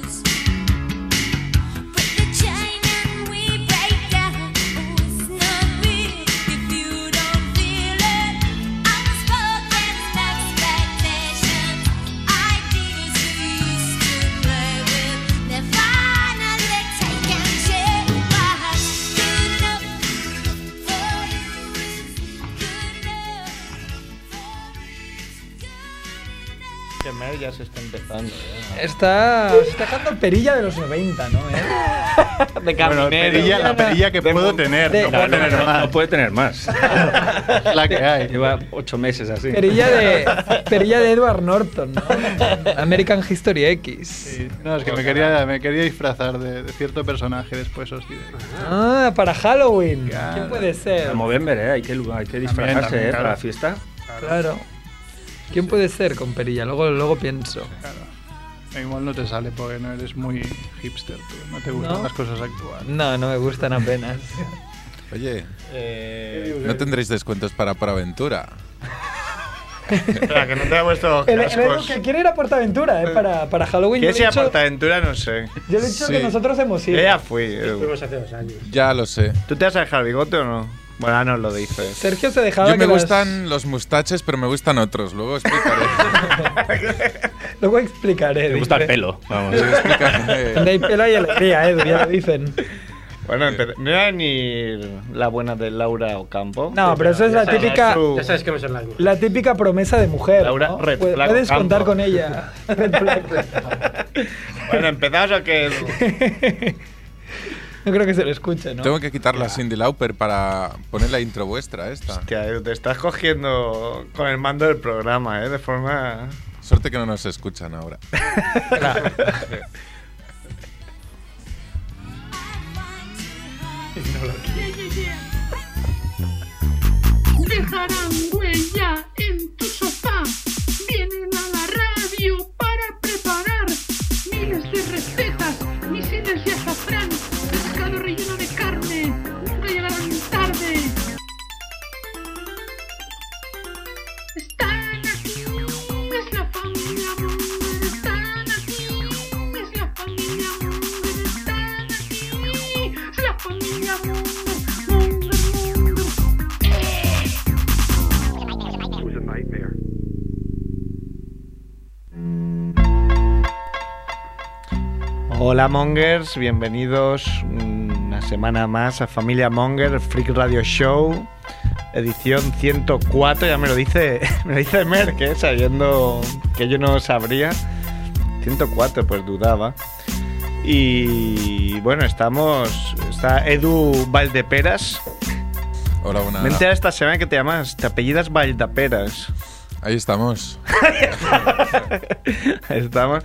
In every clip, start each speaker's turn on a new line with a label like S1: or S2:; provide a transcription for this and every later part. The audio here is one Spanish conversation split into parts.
S1: oh,
S2: Que Mer ya se está empezando. ¿eh?
S3: Está, se está dejando perilla de los 90, ¿no? ¿Eh?
S2: De
S4: Bueno, perilla- la perilla que puedo tener, no
S3: de- No,
S4: puedo
S3: no,
S4: tener más.
S5: puede tener más.
S4: La que hay.
S5: Lleva ocho meses así.
S3: Perilla de, perilla de Edward Norton, ¿no? American History X.
S4: No, es que me quería, me quería disfrazar de, de cierto personaje después os diré.
S3: Ah, para Halloween.
S4: Claro.
S3: ¿Quién puede ser?
S5: A Movember, ¿eh? Hay que, hay que disfrazarse
S4: también,
S5: ¿eh?
S4: claro.
S5: para la fiesta.
S3: Claro. ¿Quién puede ser con perilla? Luego, luego pienso.
S4: Claro. E Igual no te sale porque no eres muy hipster, tú. No te gustan
S3: No.
S4: las cosas actuales.
S3: No, no me gustan apenas.
S6: Oye,
S2: Eh,
S6: ¿no tendréis descuentos para ProAventura?
S2: espera, que no te ha puesto
S3: El, el Edu
S2: cascos.
S3: que quiere ir a PortAventura, ¿eh? Para, para Halloween.
S2: ¿Qué
S3: Yo le he
S2: sea
S3: dicho-
S2: Portaventura? No sé.
S3: Yo le he dicho
S6: Sí.
S3: que nosotros hemos
S2: Yo
S3: ido.
S2: ya fui. eh.
S6: Este
S2: Edu.
S7: Fuimos hace dos años.
S6: eh, Ya lo sé.
S2: ¿Tú te vas a dejar bigote o no? Bueno, ahora nos lo dices.
S3: Sergio se dejaba
S6: Yo me
S3: que las-
S6: gustan los mustaches, pero me gustan otros. Luego explicaré.
S3: Luego explicaré.
S5: Me gusta el
S3: dice.
S5: pelo. Vamos.
S6: Luego
S3: Donde
S6: explicaré.
S3: hay pelo hay alegría, Edu, ya lo dicen.
S2: Bueno, empe- no era ni la buena de Laura Ocampo.
S3: No, pero eso es la
S7: Ya sabes,
S3: típica,
S2: su-
S7: Ya sabes que no son las mujeres.
S3: la típica promesa de mujer.
S2: Laura,
S3: ¿no?
S2: red
S3: Pu-
S2: flag
S3: Puedes
S2: Ocampo.
S3: contar con ella. Red flag.
S2: Bueno, empezamos a que.
S3: no creo que se lo escuche, ¿no?
S6: Tengo que quitar la Cindy Lauper para poner la intro vuestra esta.
S2: Hostia, Edu, te estás cogiendo con el mando del programa, ¿eh? De forma.
S6: Suerte que no nos escuchan ahora.
S1: Dejarán huella en tu sofá. Vienen a la radio para preparar miles de recetas, misiles de azafrán, pescado relleno de carne. Nunca llegarán tarde. Están aquí, es la familia Munger. Están aquí, es la familia Munger. Están aquí, es la familia Munger. Munger, Munger.
S2: Hola, Mongers. Bienvenidos una semana más a Familia Monger, Freak Radio Show, edición 104. Ya me lo dice, me lo dice Merck, ¿eh? sabiendo que yo no sabría. 104, pues dudaba. Y bueno, estamos. Está Edu Valdeperas.
S6: Hola, buena.
S2: Me he enterado esta semana que te llamas. Te apellidas Valdeperas.
S6: Ahí estamos.
S2: Estamos.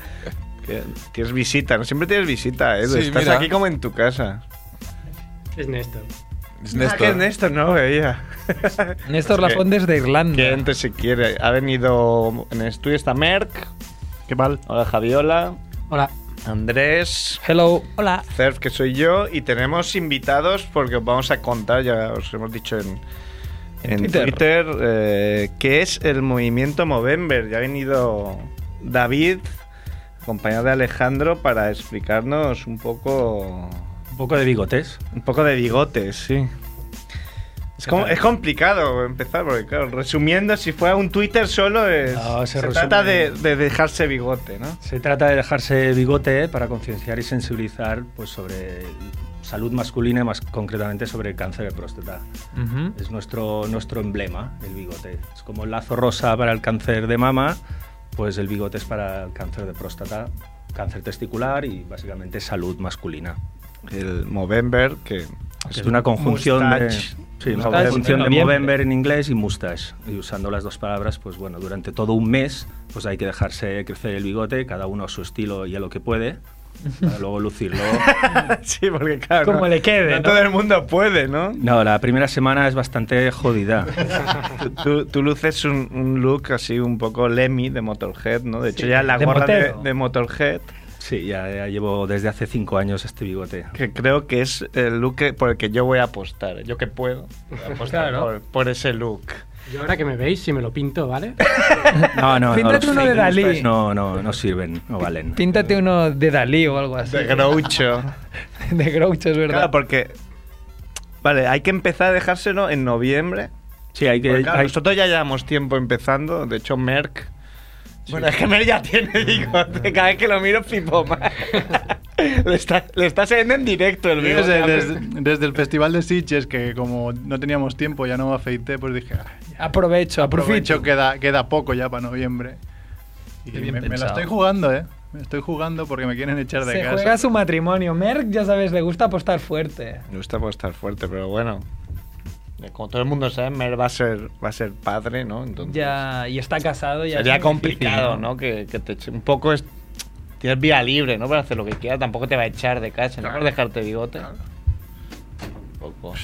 S2: que- Tienes visita, ¿no? Siempre tienes visita, Edu.
S6: Sí,
S2: Estás
S6: mira.
S2: aquí como en tu casa.
S7: Es Néstor.
S6: Es
S2: Ah, que
S6: Néstor.
S2: Néstor no veía.
S3: Néstor Lafonde es de Irlanda.
S2: Que entre si quiere. Ha venido en el estudio está Merck.
S4: ¿Qué mal?
S2: Hola Javiola.
S3: Hola.
S2: Andrés.
S3: Hello. Hola.
S2: Cerf, que soy yo. Y tenemos invitados porque os vamos a contar, ya os hemos dicho en,
S3: En
S2: en
S3: Twitter.
S2: Twitter, eh, qué es el movimiento Movember. Ya ha venido David, acompañado de Alejandro, para explicarnos un poco
S5: Un poco de bigotes.
S2: Un poco de bigotes, sí. Es, com- es complicado empezar, porque claro, resumiendo, si fuera un Twitter solo, es-
S5: No,
S2: se,
S5: se
S2: trata de,
S5: resume-
S2: de dejarse bigote, ¿no?
S5: Se trata de dejarse bigote ¿eh? para concienciar y sensibilizar pues, sobre salud masculina y más concretamente sobre el cáncer de próstata. Es nuestro, nuestro emblema, el bigote. Es como el lazo rosa para el cáncer de mama, pues el bigote es para el cáncer de próstata, cáncer testicular y básicamente salud masculina.
S2: El Movember, que
S5: Es una conjunción
S2: mustache.
S5: de, sí, una
S2: Mustache,
S5: conjunción
S3: en
S5: de
S3: noviembre.
S5: Movember en inglés y mustache. Y usando las dos palabras, pues bueno, durante todo un mes, pues hay que dejarse crecer el bigote, cada uno a su estilo y a lo que puede, para luego lucirlo.
S2: sí, porque claro.
S3: Como
S2: no-
S3: le quede,
S2: no
S3: ¿no?
S2: todo el mundo puede, ¿no?
S5: No, la primera semana es bastante jodida.
S2: Tú- tú, tú luces un, un look así un poco Lemmy de Motorhead, ¿no? De hecho,
S3: Sí,
S2: ya la
S3: de
S2: gorra de,
S3: motero.
S2: de Motorhead,
S5: Sí, ya, ya llevo desde hace cinco años este bigote.
S2: que creo que es el look que- por el que yo voy a apostar. Yo que puedo, voy a apostar
S7: Claro.
S2: por- por ese look.
S7: Yo ahora que me veis, si me lo pinto, ¿vale?
S5: No, no, no.
S3: Píntate
S5: los
S3: uno de
S5: fake
S3: Dalí.
S5: mustache No, no, no sirven, no valen.
S3: Píntate uno de Dalí o algo así.
S2: De Groucho.
S3: De Groucho, es verdad.
S2: Claro, porque. Vale, hay que empezar a dejárselo en noviembre.
S5: Sí, hay que.
S2: Porque, claro,
S5: hay-
S2: nosotros ya llevamos tiempo empezando. De hecho, Merck. Bueno, es que Merck ya tiene bigote. Cada vez que lo miro, flipo más. le, está, le está saliendo en directo el bigote.
S4: Desde, desde- desde el festival de Sitges, que como no teníamos tiempo, ya no me afeité, pues dije, "Ah,
S3: Aprovecho, aprovecho.
S4: aprovecho, queda, queda poco ya para noviembre. Y
S8: Qué bien
S4: me, me la
S8: pensado.
S4: estoy jugando, ¿eh? Me estoy jugando porque me quieren echar de
S3: Se
S4: casa.
S3: juega su matrimonio. Merck, ya sabes, le gusta apostar fuerte.
S2: Me gusta por estar fuerte, pero bueno. Eh, Como todo el mundo sabe, Mer va a ser, va a ser padre, ¿no? Entonces,
S3: Ya, y está casado. Ya
S2: sería
S3: es muy difícil,
S2: complicado,
S3: ¿no?
S2: ¿no? Que, que te eche- un poco es, tienes vía libre, ¿no? Para hacer lo que quieras, tampoco te va a echar de casa, ¿no? Por dejarte bigote. Un poco.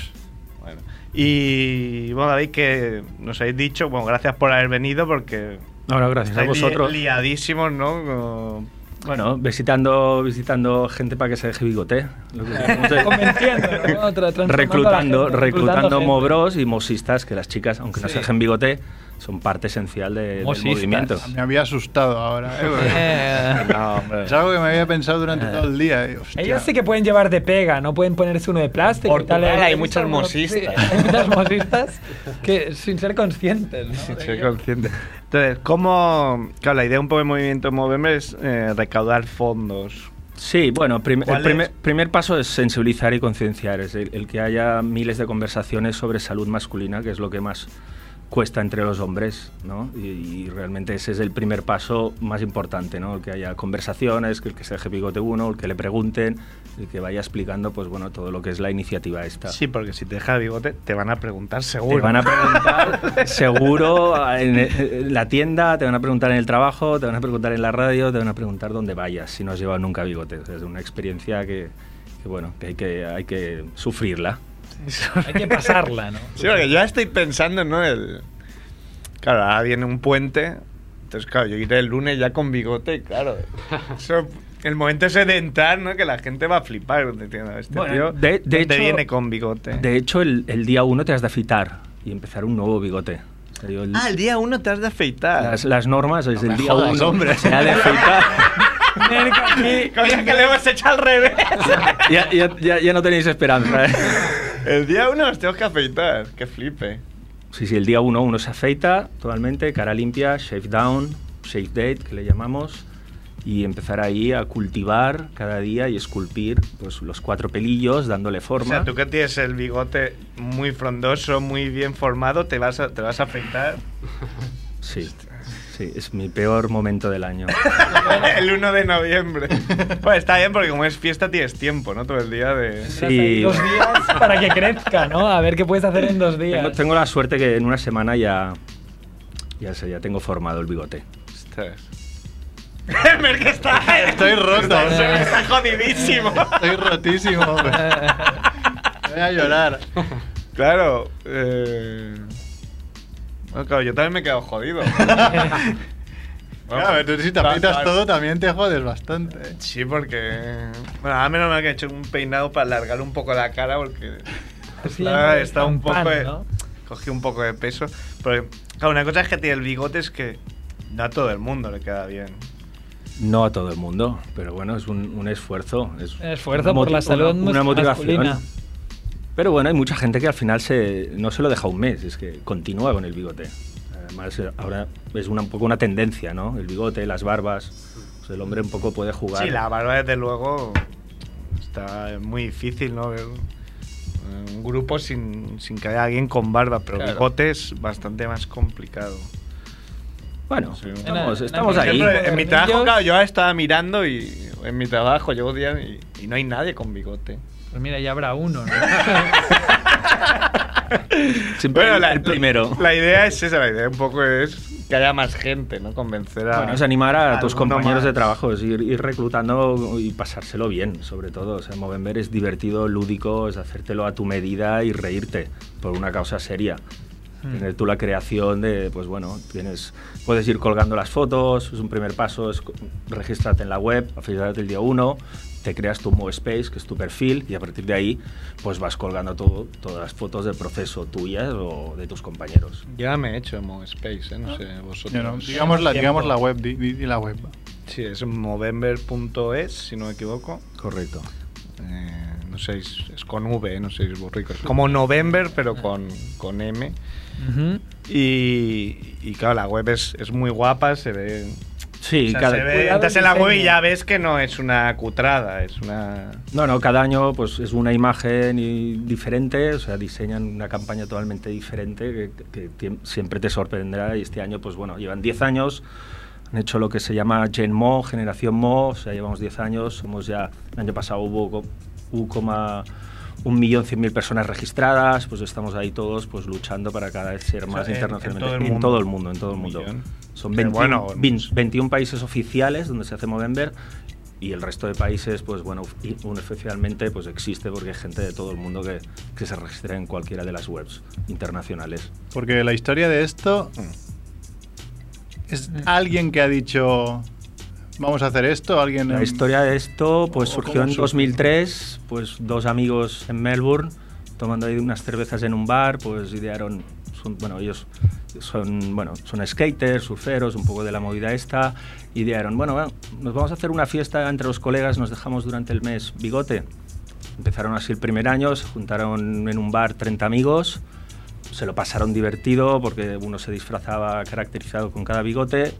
S2: Bueno. Y bueno, David, que nos habéis dicho, bueno, gracias por haber venido porque
S5: No, no, gracias a
S2: estáis li-
S5: vosotros.
S2: liadísimos, ¿no? Como-
S5: Bueno, visitando, visitando gente para que se deje bigote. ¿eh? lo que decimos de-
S3: Convenciendo, ¿no? Tra- transformando a la
S5: reclutando,
S3: gente,
S5: reclutando
S3: gente.
S5: mobros y mosistas, que las chicas, aunque no
S3: Sí.
S5: se dejen bigote, son parte esencial de- del
S8: Mosistas.
S5: movimiento.
S4: Me había asustado ahora. ¿eh? Porque
S8: Eh,
S2: No, hombre.
S4: Es algo que me había pensado
S5: Eh.
S4: durante todo el día. eh. y, hostia,
S3: Ellos sí que pueden llevar de pega, no pueden ponerse uno de plástico.
S2: Portugal
S3: y tal.
S2: hay muchos
S3: algunos-
S2: mosistas.
S3: sí, hay muchos mosistas que sin ser conscientes. ¿no?
S2: Sí,
S3: De
S2: soy
S3: que-
S2: consciente. Entonces, ¿cómo...? Claro, la idea un poco de Movimiento Movember es eh, recaudar fondos.
S5: Sí, bueno, prim-
S2: ¿Cuál
S5: el primer,
S2: es?
S5: primer paso es sensibilizar y concienciar, es el, el que haya miles de conversaciones sobre salud masculina, que es lo que más cuesta entre los hombres, ¿no? Y, y realmente ese es el primer paso más importante, ¿no? El que haya conversaciones, que el que se deje bigote uno, el que le pregunten, el que vaya explicando, pues bueno, todo lo que es la iniciativa esta.
S2: Sí, porque si te dejas el bigote, te van a preguntar seguro.
S5: Te van a preguntar, seguro, ah, en, en la tienda, te van a preguntar en el trabajo, te van a preguntar en la radio, te van a preguntar dónde vayas, si no has llevado nunca bigote. O sea, Es una experiencia que, que, bueno, que hay que, hay que sufrirla.
S8: hay que pasarla, ¿no?
S2: Sí, porque yo ya estoy pensando, ¿no? El... Claro, ahora viene un puente. Entonces, claro, yo iré el lunes ya con bigote y claro. eso- el momento ese de entrar, ¿no? Que la gente va a flipar. ¿no? Diciendo, Este
S5: Bueno,
S2: tío,
S5: de- de
S2: ¿dónde
S5: hecho-
S2: viene con bigote?
S5: De hecho, el, el día uno te has de afitar y empezar un nuevo bigote. O sea, yo el-
S2: Ah, el día uno te has de afeitar.
S5: las, las normas es el día
S4: jodas,
S5: uno
S4: hombre.
S5: se ha de afeitar.
S2: Coño, que le hemos hecho al revés.
S5: ya, ya- ya- ya no tenéis esperanza. ¿eh?
S2: el día uno nos tenemos que afeitar. Que flipe.
S5: Sí, sí, el día 1 uno se afeita totalmente, cara limpia, shave down, shave date, que le llamamos, y empezar ahí a cultivar cada día y esculpir pues, los cuatro pelillos, dándole
S2: O
S5: forma.
S2: sea, tú que tienes el bigote muy frondoso, muy bien formado, te vas a, te vas a afeitar
S5: Sí, sí, es mi peor momento del año.
S2: el 1 de noviembre. Bueno, está bien porque como es fiesta tienes tiempo, ¿no? Todo el día de...
S3: Tendrás ahí
S5: Sí.
S3: Dos días para que crezca, ¿no? A ver qué puedes hacer en dos días.
S5: Tengo, tengo la suerte que en una semana ya, ya, sé, ya tengo formado el bigote.
S2: Ostras. Mer, que está...
S4: Estoy roto.
S2: Se me está jodidísimo.
S4: Estoy rotísimo. hombre. Voy a llorar.
S2: Claro. Eh... Bueno, claro, yo también me he quedado jodido.
S4: Claro, tú si te aprietas
S2: claro.
S4: todo también te jodes bastante. ¿eh?
S2: Sí, porque... Bueno, a menos mal que he hecho un peinado para alargar un poco la cara porque...
S3: Así
S2: Está,
S3: ya
S2: está un poco...
S3: pan,
S2: de-
S3: ¿no?
S2: Cogí un poco de peso. Pero, claro, una cosa es que tiene el bigote es que no a todo el mundo le queda bien.
S5: No a todo el mundo, pero bueno, es un, un esfuerzo. Es
S3: Esfuerzo
S5: una
S3: por
S5: moti-
S3: la salud
S5: una, una
S3: mus-
S5: motivación.
S3: masculina.
S5: Pero bueno, hay mucha gente que al final se, no se lo deja un mes, es que continúa con el bigote. Además, eh, ahora es una, un poco una tendencia, ¿no? El bigote, las barbas. O sea, el hombre un poco puede jugar.
S2: Sí, la barba desde luego está muy difícil, ¿no? Ver un grupo sin, sin que haya alguien con barba, pero
S8: Claro.
S2: bigote es bastante más complicado.
S5: Bueno,
S2: Sí.
S5: estamos,
S3: En- en-
S5: estamos
S3: en-
S5: ahí.
S2: Siempre, en mi trabajo,
S3: Tornillos.
S2: claro, yo estaba mirando y en mi trabajo llevo días y, y no hay nadie con bigote.
S3: Pues mira, ya habrá uno, ¿no?
S5: Siempre el- el primero.
S2: La idea es esa, la idea un poco es que haya más gente, ¿no? Convencer a...
S5: Bueno, es animar a
S2: a
S5: tus
S2: alguno
S5: compañeros
S2: más.
S5: de trabajo, es ir, ir reclutando y pasárselo bien, sobre todo. O sea, Movember es divertido, lúdico, es hacértelo a tu medida y reírte por una causa seria. Tener tú la creación de, pues bueno, tienes, puedes ir colgando las fotos, es un primer paso, es co- regístrate en la web, afiliarte el día 1, te creas tu MoSpace, que es tu perfil, y a partir de ahí, pues vas colgando todo, todas las fotos del proceso tuyas o de tus compañeros.
S2: Yo ya me he hecho Mo Space, ¿eh? No sé, vosotros.
S4: Yo no, digamos, la, digamos la web, di, di- di la web.
S2: Sí, es movember.es, si no me equivoco.
S5: Correcto.
S2: Eh, no sé, es es con V, eh, no sé, es burrico. Es como November, pero con, con M.
S3: Ujú.
S2: Y, y claro, la web es, es muy guapa, se ve...
S5: Sí,
S2: o sea,
S5: cada-
S2: se ve-
S3: Cuidado
S2: entras
S3: el
S2: en la web y
S3: diseño.
S2: ya ves que no es una cutrada, es una...
S5: No, no, cada año pues es una imagen y- diferente, o sea, diseñan una campaña totalmente diferente que, que tiem- siempre te sorprenderá y este año pues bueno, llevan 10 años Han hecho lo que se llama Gen Mo, Generación Mo, o sea, llevamos 10 años, somos ya, el año pasado hubo co- hubo coma un millón cien mil personas registradas, pues estamos ahí todos pues luchando para cada vez ser
S2: sea,
S5: más
S2: en- en
S5: internacionalmente.
S2: todo el
S5: en
S2: mundo.
S5: todo el mundo, en todo el
S2: Un
S5: mundo.
S2: millón.
S5: Son
S2: Qué
S5: 21,
S2: bueno,
S5: vin- 21 países oficiales donde se hace Movember y el resto de países, pues bueno, y- oficialmente pues existe porque hay gente de todo el mundo que, que se registra en cualquiera de las webs internacionales.
S4: Porque la historia de esto es alguien que ha dicho, vamos a hacer esto, alguien...
S5: La
S4: en-
S5: historia de esto pues
S4: ¿O
S5: surgió
S4: cómo
S5: en
S4: surgió?
S5: 2003, pues dos amigos en Melbourne tomando ahí unas cervezas en un bar, pues idearon, son- bueno, ellos son, bueno, son skaters, surferos, un poco de la movida esta, idearon, bueno, va, nos vamos a hacer una fiesta entre los colegas, nos dejamos durante el mes bigote. Empezaron así el primer año, se juntaron en un bar 30 amigos, se lo pasaron divertido porque uno se disfrazaba caracterizado con cada bigote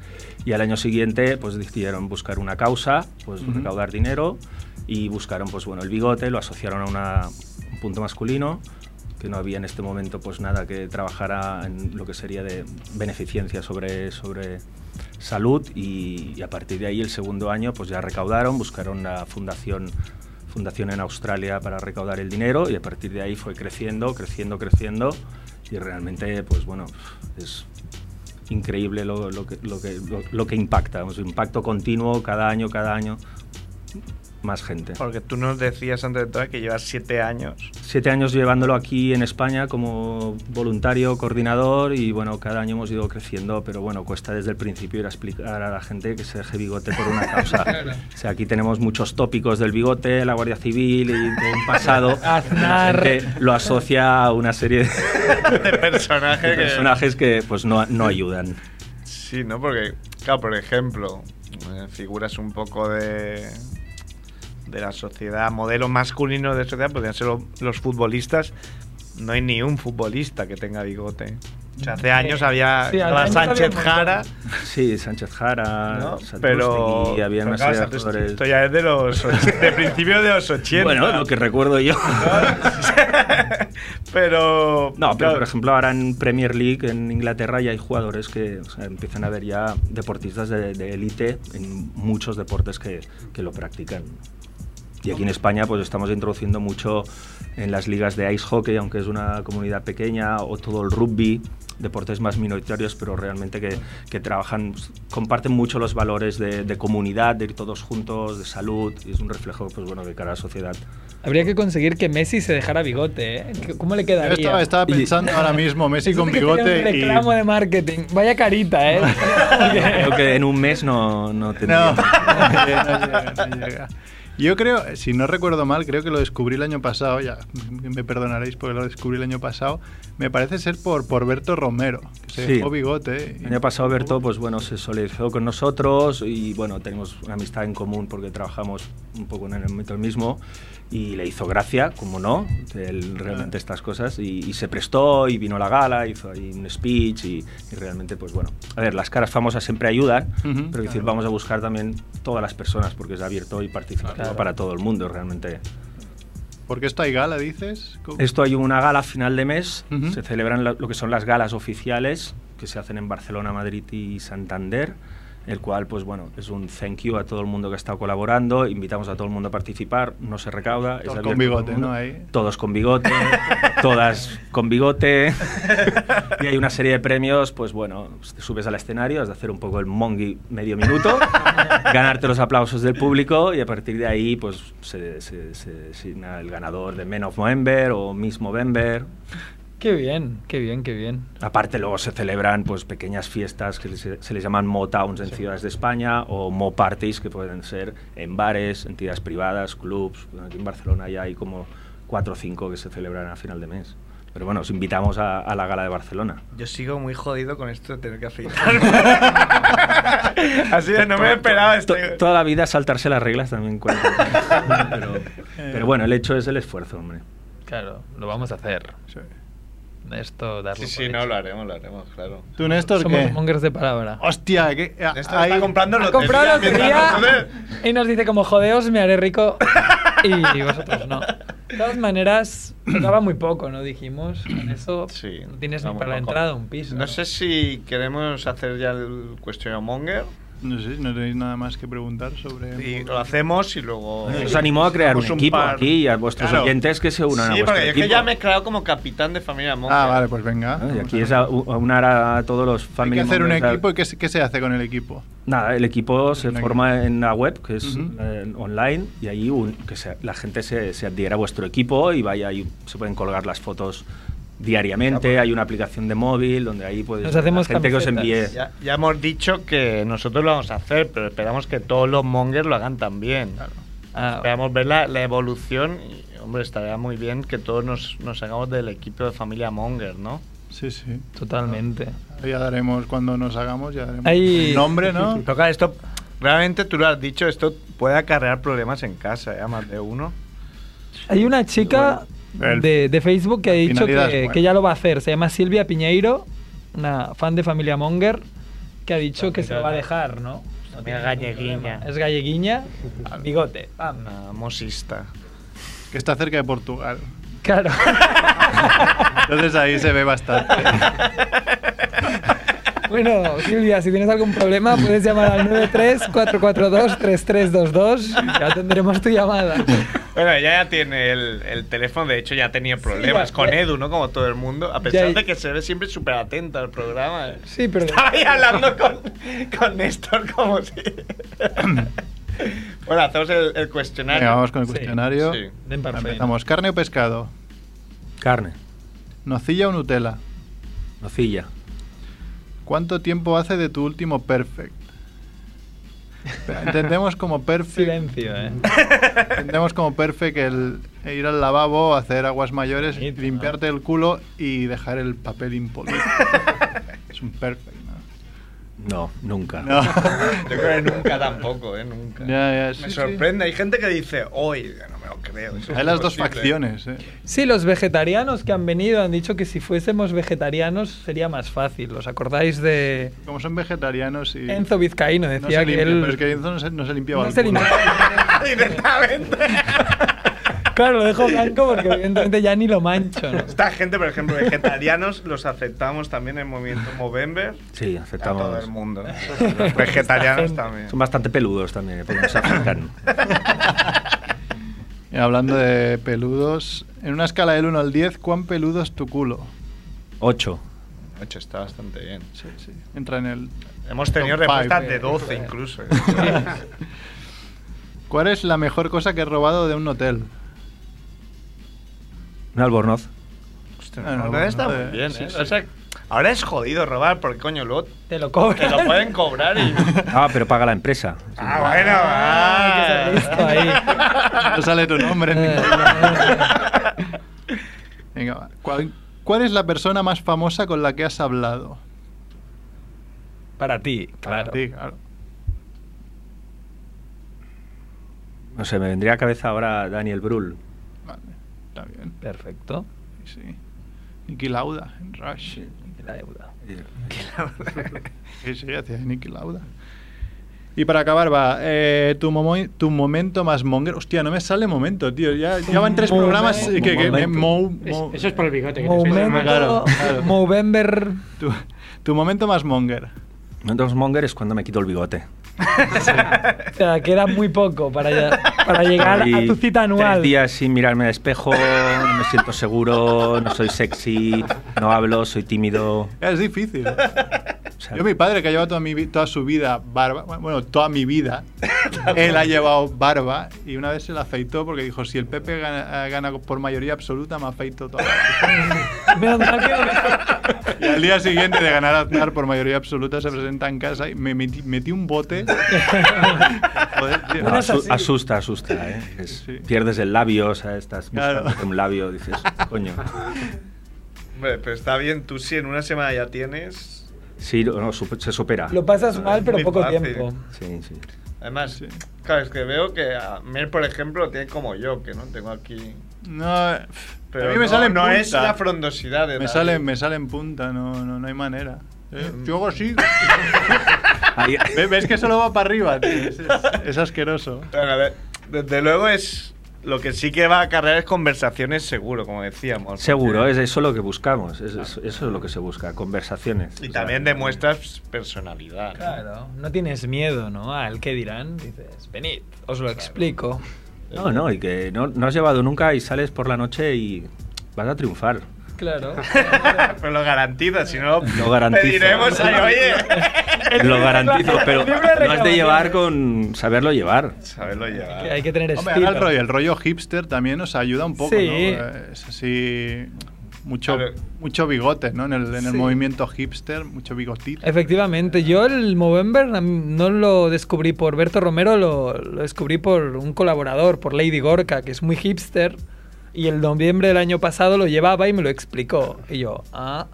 S5: y al año siguiente pues decidieron buscar una causa, pues
S4: Ujú.
S5: recaudar dinero y buscaron pues bueno el bigote, lo asociaron a una- un punto masculino que no había en este momento pues nada que trabajara en lo que sería de beneficencia sobre, sobre salud y, y a partir de ahí el segundo año pues ya recaudaron, buscaron la fundación fundación en Australia para recaudar el dinero y a partir de ahí fue creciendo, creciendo, creciendo y realmente, pues bueno, es increíble lo, lo que, lo, que, lo, lo que impacta, es un impacto continuo cada año, cada año, más gente.
S2: Porque tú nos decías antes de todo que llevas siete años.
S5: Siete años llevándolo aquí en España como voluntario, coordinador y bueno, cada año hemos ido creciendo, pero bueno, cuesta desde el principio ir a explicar a la gente que se deje bigote por una causa. O sea, aquí tenemos muchos tópicos del bigote, la Guardia Civil y todo un pasado. La
S3: Aznar.
S5: gente lo asocia a una serie de,
S2: De personaje
S5: de
S2: que-
S5: personajes que pues no, no ayudan.
S2: Sí, ¿no? Porque, claro, por ejemplo, eh, figuras un poco de de la sociedad, modelo masculino de sociedad, podrían ser lo- los futbolistas. No hay ni un futbolista que tenga bigote. O sea, hace años había
S3: Sí,
S2: la
S3: antes había
S2: Sánchez
S3: un montón.
S2: Jara,
S5: Sí, Sánchez Jara,
S2: ¿no?
S5: Satrústegui,
S2: pero
S5: había
S2: pero
S5: una
S2: claro,
S5: serie de
S2: esto-
S5: actores.
S2: Esto ya es de los och- de principio de los 80.
S5: Bueno, lo que recuerdo yo.
S2: pero
S5: No, pero
S2: claro,
S5: por ejemplo ahora en Premier League en Inglaterra ya hay jugadores que o sea, empiezan a ver ya deportistas de de élite en muchos deportes que, que lo practican. Y aquí en España pues estamos introduciendo mucho en las ligas de ice hockey, aunque es una comunidad pequeña, o todo el rugby, deportes más minoritarios, pero realmente que, que trabajan, pues, comparten mucho los valores de, de comunidad, de ir todos juntos, de salud, y es un reflejo pues bueno de cara a la sociedad.
S3: Habría que conseguir que Messi se dejara bigote, ¿eh? ¿Qué- ¿Cómo le
S4: Yo
S3: quedaría?
S4: estaba, estaba
S5: Y-
S4: pensando ahora mismo, Messi
S3: Eso
S4: con
S3: sí que sería
S4: bigote
S3: Un
S4: y...
S3: reclamo de marketing. Vaya carita, ¿eh?
S5: Creo que en un mes no, no
S4: No,
S5: tendría.
S4: no llega, no llega. Yo creo, si no recuerdo mal, creo que lo descubrí el año pasado, ya me perdonaréis porque lo descubrí el año pasado, me parece ser por, por Berto Romero, que se
S5: Sí.
S4: dejó bigote. ¿eh? y-
S5: El año pasado Berto, pues bueno, se solidarizó con nosotros y bueno, tenemos una amistad en común porque trabajamos un poco en el ámbito mismo y le hizo gracia, como no, él realmente estas cosas y, y se prestó y vino a la gala, hizo ahí un speech y, y realmente pues bueno, a ver, las caras famosas siempre ayudan,
S4: Ujú,
S5: pero quiero decir, vamos a buscar también todas las personas porque es abierto y participativo para todo el mundo realmente.
S4: Porque esto hay gala, dices. ¿Cómo?
S5: Esto hay una gala a final de mes,
S4: Ujú.
S5: se celebran la- lo que son las galas oficiales que se hacen en Barcelona, Madrid y Santander, el cual pues bueno, es un thank you a todo el mundo que ha estado colaborando, invitamos a todo el mundo a participar, no se recauda, es
S4: Todos con
S5: abierto a todo el
S4: bigote,
S5: mundo.
S4: ¿no? Ahí.
S5: Todos con bigote, todas con bigote. y hay una serie de premios, pues bueno, pues, te subes al escenario, has de hacer un poco el mongi medio minuto, ganarte los aplausos del público y a partir de ahí pues se, se- se designa el ganador de Men of Movember o Miss Movember.
S3: qué bien, qué bien, qué bien.
S5: Aparte luego se celebran pues pequeñas fiestas que se, se les llaman Motowns en ciudades de España o Mo Parties que pueden ser en bares, entidades privadas, clubs. Bueno, aquí en Barcelona ya hay como cuatro o cinco que se celebran a final de mes. Pero bueno, os invitamos a, a la gala de Barcelona.
S2: Yo sigo muy jodido con esto de tener que afeitarme. Así de, no me esperaba esto.
S5: To- toda la vida saltarse las reglas también cuenta. pero,
S2: Eh.
S5: pero bueno, el hecho es el esfuerzo, hombre.
S8: Claro, lo vamos a hacer.
S4: Sí.
S8: Esto, darlo
S2: Sí,
S8: por
S2: sí,
S8: hecho.
S2: no, lo haremos, lo haremos, claro.
S4: ¿Tú, Néstor,
S3: Somos
S4: qué?
S3: mongers de palabra.
S4: Hostia, que a-
S2: Esto
S4: ahí-
S2: está comprando
S3: Ha
S2: lotería.
S3: comprado
S2: mientras
S3: lotería
S2: nosotros-
S3: y nos dice como jodeos me haré rico y vosotros no. De todas maneras, tocaba muy poco, ¿no? Dijimos, con eso
S2: Sí,
S3: no tienes ni
S2: tocaba muy
S3: para la
S2: poco.
S3: entrada un piso.
S2: No sé si queremos hacer ya el cuestionario Monger.
S4: No sé, no tenéis nada más que preguntar sobre...
S2: Y lo hacemos y luego.
S5: Os animó a crear un,
S2: Hacemos
S5: equipo
S2: Pues par.
S5: aquí y a vuestros
S2: Claro.
S5: oyentes que se unan
S2: Sí,
S5: a vuestro
S2: porque yo
S5: equipo.
S2: que ya me he creado como capitán de familia Monger.
S4: Ah, vale, pues venga.
S5: Ah, y
S4: vamos
S5: aquí
S4: a-
S5: es a, u- a unar a todos los
S4: Hay
S5: family
S4: que hacer un
S5: members, a-
S4: equipo y ¿qué, se- qué se hace con el equipo?
S5: Nada, el equipo se
S4: Un equipo.
S5: forma en la web, que es
S4: Ujú.
S5: eh, online, y ahí un- que se- la gente se, se adhiera a vuestro equipo y vaya ahí, se pueden colgar las fotos diariamente.
S2: pues.
S5: Hay una aplicación de móvil donde ahí puedes.
S3: Nos hacemos
S5: la gente que os envíe.
S3: camisetas.
S2: Ya, ya hemos dicho que nosotros lo vamos a hacer, pero esperamos que todos los mongers lo hagan también.
S3: Ah,
S2: Esperamos ver la, la evolución y, hombre, estaría muy bien que todos nos, nos hagamos del equipo de familia Monger, ¿no?
S4: Sí, sí.
S3: totalmente.
S4: Ya daremos, cuando nos hagamos, ya daremos
S3: Ahí-
S4: el nombre, ¿no?
S2: Toca esto. Realmente tú lo has dicho, esto puede acarrear problemas en casa, ¿eh? A más de uno.
S3: Hay una chica
S4: Bueno, el-
S3: de, de Facebook que ha dicho que,
S4: finalidad es buena.
S3: que ya lo va a hacer. Se llama Silvia Piñeiro, una fan de Familia Monger, que ha dicho que se lo va a dejar, ¿no? No tiene ningún
S2: galleguiña.
S3: problema. Es galleguiña, bigote. pam.
S2: Una mosista.
S4: Que está cerca de Portugal.
S3: Claro.
S4: Entonces ahí se ve bastante.
S3: Bueno, Silvia, si tienes algún problema, puedes llamar al 93-442-3322 y ya tendremos tu llamada.
S2: Bueno, ella ya tiene el, el teléfono, de hecho ya ha tenido problemas
S3: ya-
S2: con
S3: ya-
S2: Edu, ¿no? Como todo el mundo, a pesar
S3: Ya-
S2: de que se ve siempre súper atenta al programa. ¿eh?
S3: Sí, pero...
S2: Estaba ahí hablando con, con Néstor como si... bueno, hacemos el, el cuestionario.
S4: Venga, vamos con el
S3: Sí,
S4: cuestionario.
S2: sí.
S3: Den para feina.
S4: Empezamos. ¿Carne o pescado?
S5: Carne,
S4: ¿Nocilla o Nutella?
S5: nocilla,
S4: ¿Cuánto tiempo hace de tu último perfect? Entendemos como perfect,
S3: Silencio, ¿eh?
S4: entendemos como perfect el ir al lavabo, hacer aguas mayores,
S3: Bonito,
S4: limpiarte el culo y dejar el papel impoluto. es un perfect, ¿no?
S5: no, nunca.
S4: No.
S2: Yo creo que nunca tampoco, ¿eh? Nunca.
S4: Ya, ya, sí,
S2: Me
S4: sí.
S2: sorprende, hay gente que dice, hoy, no me lo creo. eso es
S4: Hay las dos
S2: imposible".
S4: facciones, ¿eh?
S3: Sí, los vegetarianos que han venido han dicho que si fuésemos vegetarianos sería más fácil. ¿Os acordáis de
S4: Como son vegetarianos y...
S3: Enzo Vizcaíno?
S4: no
S3: Decía
S4: se
S3: que
S4: limpia,
S3: él...
S4: Pero es que Enzo no se, no se limpiaba
S3: no
S4: el
S3: se
S4: culo.
S3: limpiaba.
S2: Directamente.
S3: Claro, lo dejo blanco porque evidentemente ya ni lo mancho. ¿no?
S2: Esta gente, por ejemplo, vegetarianos, los aceptamos también en el movimiento Movember.
S5: Sí,
S2: A todo el
S5: aceptamos.
S2: mundo. Los vegetarianos también.
S5: Son bastante peludos también, ¿eh? porque nos afectan.
S4: Y hablando de peludos, en una escala del 1 al 10, ¿cuán peludo es tu culo?
S5: Ocho.
S2: De hecho, está bastante bien.
S4: Sí, sí. Entra en el...
S2: Hemos tenido
S4: Top five.
S2: respuestas de 12 incluso. ¿eh?
S4: ¿Cuál es la mejor cosa que he robado de un hotel?
S5: Un albornoz.
S2: Hostia,
S4: Ah, no,
S2: no,
S4: bueno,
S2: está
S4: eh,
S2: muy bien,
S4: sí,
S2: ¿eh?
S4: sí.
S2: O sea, ahora es jodido robar porque, coño, luego
S3: Te lo cobran.
S2: te lo pueden cobrar y...
S5: Ah, pero paga la empresa.
S2: Ah, bueno,
S3: Ah,
S2: ah,
S3: que se ha visto ahí.
S4: No sale tu nombre.
S3: Eh,
S4: Venga, va. ¿Cuál, cuál es la persona más famosa con la que has hablado?
S3: Para ti, claro.
S4: Sí, claro.
S5: No sé, me vendría a cabeza ahora Daniel Brühl.
S4: Vale, está bien.
S3: Perfecto.
S4: Sí. Niki Lauda, en Rush.
S3: La deuda.
S4: Sí, sí, hacia Niki Lauda. Y para acabar, va, eh, tu, momo- tu momento más monger. Hostia, no me sale momento, tío. Ya, ya van tres
S3: Momen-
S4: programas que, que- que-
S5: Momento.
S4: mo-
S7: Es-
S4: mo-
S7: eso es por el bigote. Que te
S3: Momento,
S7: suena más.
S4: Claro, claro.
S3: Movember.
S4: tu, tu momento más monger.
S5: Momentos Monger es cuando me quito el bigote.
S3: O sea, queda muy poco para, ya- para llegar a
S5: Y
S3: tu cita anual.
S5: Tres días sin mirarme al espejo, no me siento seguro, no soy sexy, no hablo, soy tímido.
S4: Es difícil.
S5: O sea,
S4: Yo, mi padre, que ha llevado toda, mi, vi- toda su vida barba, bueno, toda mi vida, él ha llevado barba y una vez se la afeitó porque dijo: Si el PP gana, gana por mayoría absoluta, me afeito toda la vida".
S3: Menos mal que-
S4: Y al día siguiente de ganar Aznar por mayoría absoluta se presenta en casa y me metí, metí un bote. Joder, tío.
S5: no,
S3: Bueno, es
S5: asu-
S3: así.
S5: asusta, asusta. ¿eh? Es-
S4: Sí.
S5: Pierdes el labio, o sea, estás
S4: Claro.
S5: buscándote un labio, dices, coño.
S2: Hombre, pero está bien, tú sí, en una semana ya tienes...
S5: Sí, no, no, sup- se supera.
S3: Lo pasas mal, pero
S2: Muy
S3: poco
S2: fácil.
S3: tiempo.
S5: Sí, sí.
S2: Además,
S4: Sí.
S2: claro, es que veo que a Mer, por ejemplo, tiene como yo, que no tengo aquí...
S4: No,
S2: Pero
S4: a mí me
S2: no,
S4: sale en
S2: no
S4: punta.
S2: es la frondosidad de ¿eh?
S4: me,
S2: David.
S4: sale, me sale en punta, no, no, no hay manera. Eh, Yo hago así.
S5: Ahí-
S4: Ve- ¿Ves que solo va para arriba? tío? Es, es- es asqueroso.
S2: Bueno, a ver, desde luego es Lo que sí que va a acarrear es conversaciones seguro, como decíamos.
S5: Seguro,
S2: porque-
S5: es eso lo que buscamos, es- es- eso es lo que se busca, conversaciones.
S2: Y
S5: O sea,
S2: también demuestras personalidad. ¿no?
S3: Claro, no tienes miedo, ¿no? Al que dirán, dices, venid, os lo explico.
S5: No, no, y que no, no has llevado nunca y sales por la noche y vas a triunfar.
S3: Claro.
S2: Pero lo garantiza, si no,
S5: Lo garantizo.
S2: pediremos ahí, oye.
S5: Lo garantizo, pero
S3: Libre de
S5: no has de llevar
S3: reclamaciones.
S5: con saberlo llevar.
S2: Saberlo llevar.
S3: Que hay que tener
S4: Hombre,
S3: estilo.
S4: ahora el rollo, el rollo hipster también nos ayuda un poco,
S3: Sí.
S4: ¿no? Eh, Es así. Mucho,
S2: A ver.
S4: mucho bigote, ¿no? En el, en el
S3: Sí.
S4: movimiento hipster, mucho bigotito.
S3: Efectivamente, yo el Movember a mí no lo descubrí por Berto Romero, lo, lo descubrí por un colaborador, por Lady Gorka, que es muy hipster, y el noviembre del año pasado lo llevaba y me lo explicó. Y yo, ah,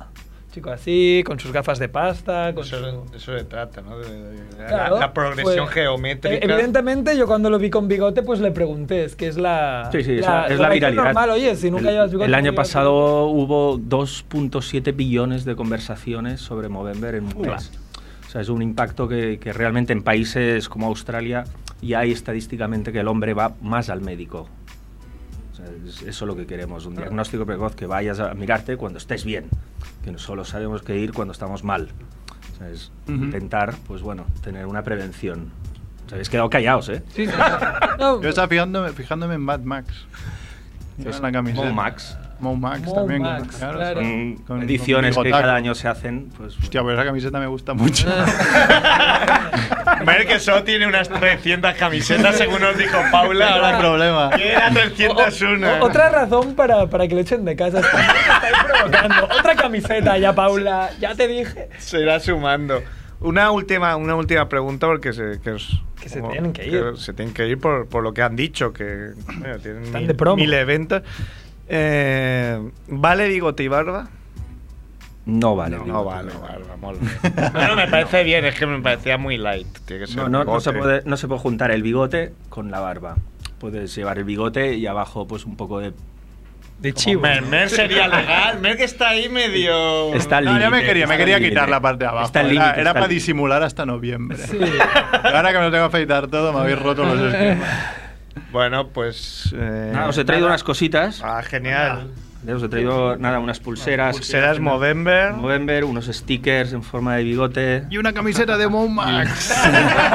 S3: chico así, con sus gafas de pasta, con
S2: Eso,
S3: su...
S2: de- eso se trata, ¿no? De- de- de- la-
S3: Claro,
S2: la, progresión
S3: pues,
S2: geométrica.
S3: eh, Evidentemente, yo cuando lo vi con bigote, pues le pregunté, es que es la.
S5: Sí, sí, es la, es la
S3: reacción
S5: viralidad.
S3: normal, oye, si nunca
S5: el,
S3: llevas bigote. pues
S5: el
S3: ¿por qué
S5: año
S3: llevas
S5: pasado hubo 2.7 billones de conversaciones sobre Movember en un
S4: Ua.
S5: mes. O sea, es un impacto que, que realmente en países como Australia ya hay estadísticamente que el hombre va más al médico. O sea, es- eso es lo que queremos, un diagnóstico precoz que vayas a mirarte cuando estés bien, que no solo sabemos que ir cuando estamos mal. O sea, es
S4: Ujú.
S5: intentar, pues bueno, tener una prevención. Os habéis quedado callados, ¿eh?
S3: Sí, sí, sí. No,
S4: Yo estaba fijándome, fijándome en Mad Max.
S5: Es
S4: En la camiseta.
S5: Mo Max.
S4: Mo Max
S3: Mo
S4: también.
S3: Max, claro.
S5: Mm,
S4: con-
S5: ediciones
S4: con
S5: que
S4: bigotaco.
S5: cada año se hacen, pues
S4: Hostia, pues esa camiseta me gusta mucho.
S3: Ah,
S2: Ver que solo tiene unas 300 camisetas, según nos dijo Paula.
S4: Ahora el
S2: Ahora
S4: problema.
S2: era 301.
S3: o- otra razón para, para que lo echen de casa. Está- estáis provocando. Otra camiseta ya, Paula. Ya te dije.
S2: Se irá sumando. Una última, una última pregunta porque se, que es-
S3: Que se tienen que ir.
S2: se tienen que ir por, por lo que han dicho, que bueno, tienen
S3: Están
S2: mil,
S3: de promo.
S2: mil eventos. Eh, ¿Vale bigote y barba?
S5: no vale.
S2: No,
S5: digo,
S2: vale,
S5: no
S2: barba, mola. No, no, me parece bien, es que me parecía muy light. Tiene que ser
S5: No, no, no se
S2: bigote.
S5: puede, no se puede juntar el bigote con la barba. Puedes llevar el bigote y abajo pues un poco de...
S3: De
S2: Como Mer, Mer sería legal. Mer que está ahí medio.
S5: Está al
S4: No, yo me
S5: límite,
S4: quería,
S5: está
S4: me
S5: al
S4: quería
S5: límite.
S4: quitar la parte de abajo.
S5: Está al
S4: Era-
S5: límite,
S4: era
S5: está al
S4: para
S5: límite.
S4: disimular hasta noviembre.
S3: Sí.
S4: Ahora que me lo tengo que afeitar todo, me habéis roto los esquemas.
S2: Bueno, pues. eh,
S5: Nada, os he traído unas cositas. Eh,
S2: Ah, genial.
S5: Os he traído, nada, unas pulseras.
S2: Serás Movember.
S5: Movember, unos stickers en forma de bigote.
S4: Y una camiseta de Mo Max.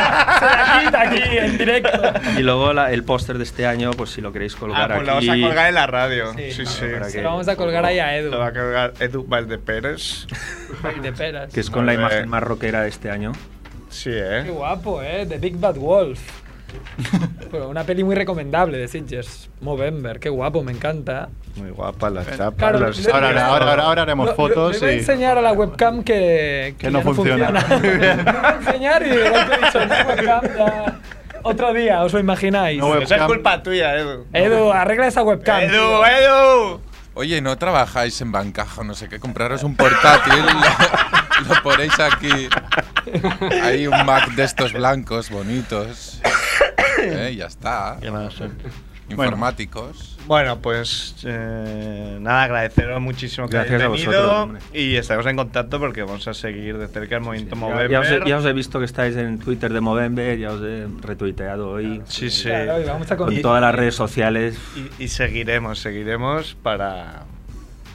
S3: quita aquí en directo.
S5: Y luego la- el póster de este año, pues si lo queréis
S2: Ah,
S5: colgar
S2: pues lo vas
S5: aquí.
S2: a colgar en la radio. Sí,
S3: Sí,
S2: sí.
S3: claro,
S5: para
S3: Se
S5: que-
S3: lo vamos a colgar ahí a Edu.
S2: Lo va a colgar Edu Valdepérez.
S3: De peras.
S5: Que es con la
S2: Muy bien.
S5: imagen más rockera de este año.
S2: Eh. Sí,
S3: Qué
S2: ¿eh?
S3: guapo, ¿eh? The Big Bad Wolf. Pero una peli muy recomendable de Sitges. Movember. Qué guapo, me encanta.
S2: Muy guapa la chapa.
S3: Claro,
S2: las-
S3: le-
S4: Ahora, ahora, ahora, ahora, haremos
S3: Lo-
S4: fotos
S3: Le, le voy a
S4: y.
S3: enseñar a la webcam que,
S4: Que no
S3: ya
S4: funciona.
S3: Le voy a enseñar y de golpe he dicho, "No, webcam ya". Otro día, os lo imagináis.
S4: No, web-
S2: Esa es
S4: webcam.
S2: culpa tuya, Edu.
S3: Edu, arregla esa webcam.
S2: Edu,
S3: tío.
S2: Edu.
S6: Oye, ¿no trabajáis en bancaja? No sé qué, compraros un portátil, lo, lo ponéis aquí. Hay un Mac de estos blancos, bonitos. Eh, y ya está. Informáticos.
S2: Bueno, pues eh, nada, agradeceros muchísimo que
S5: Gracias
S2: hayáis
S5: a
S2: venido
S5: vosotros, hombre.
S2: y estaremos en contacto porque vamos a seguir de cerca el movimiento
S5: Ya,
S2: Movember.
S5: ya os he, ya os he visto que estáis en Twitter de Movember, ya os he retuiteado hoy.
S2: Sí, sí.
S3: Claro, y vamos a con-
S5: Con todas las redes sociales.
S2: Y, y seguiremos, seguiremos para,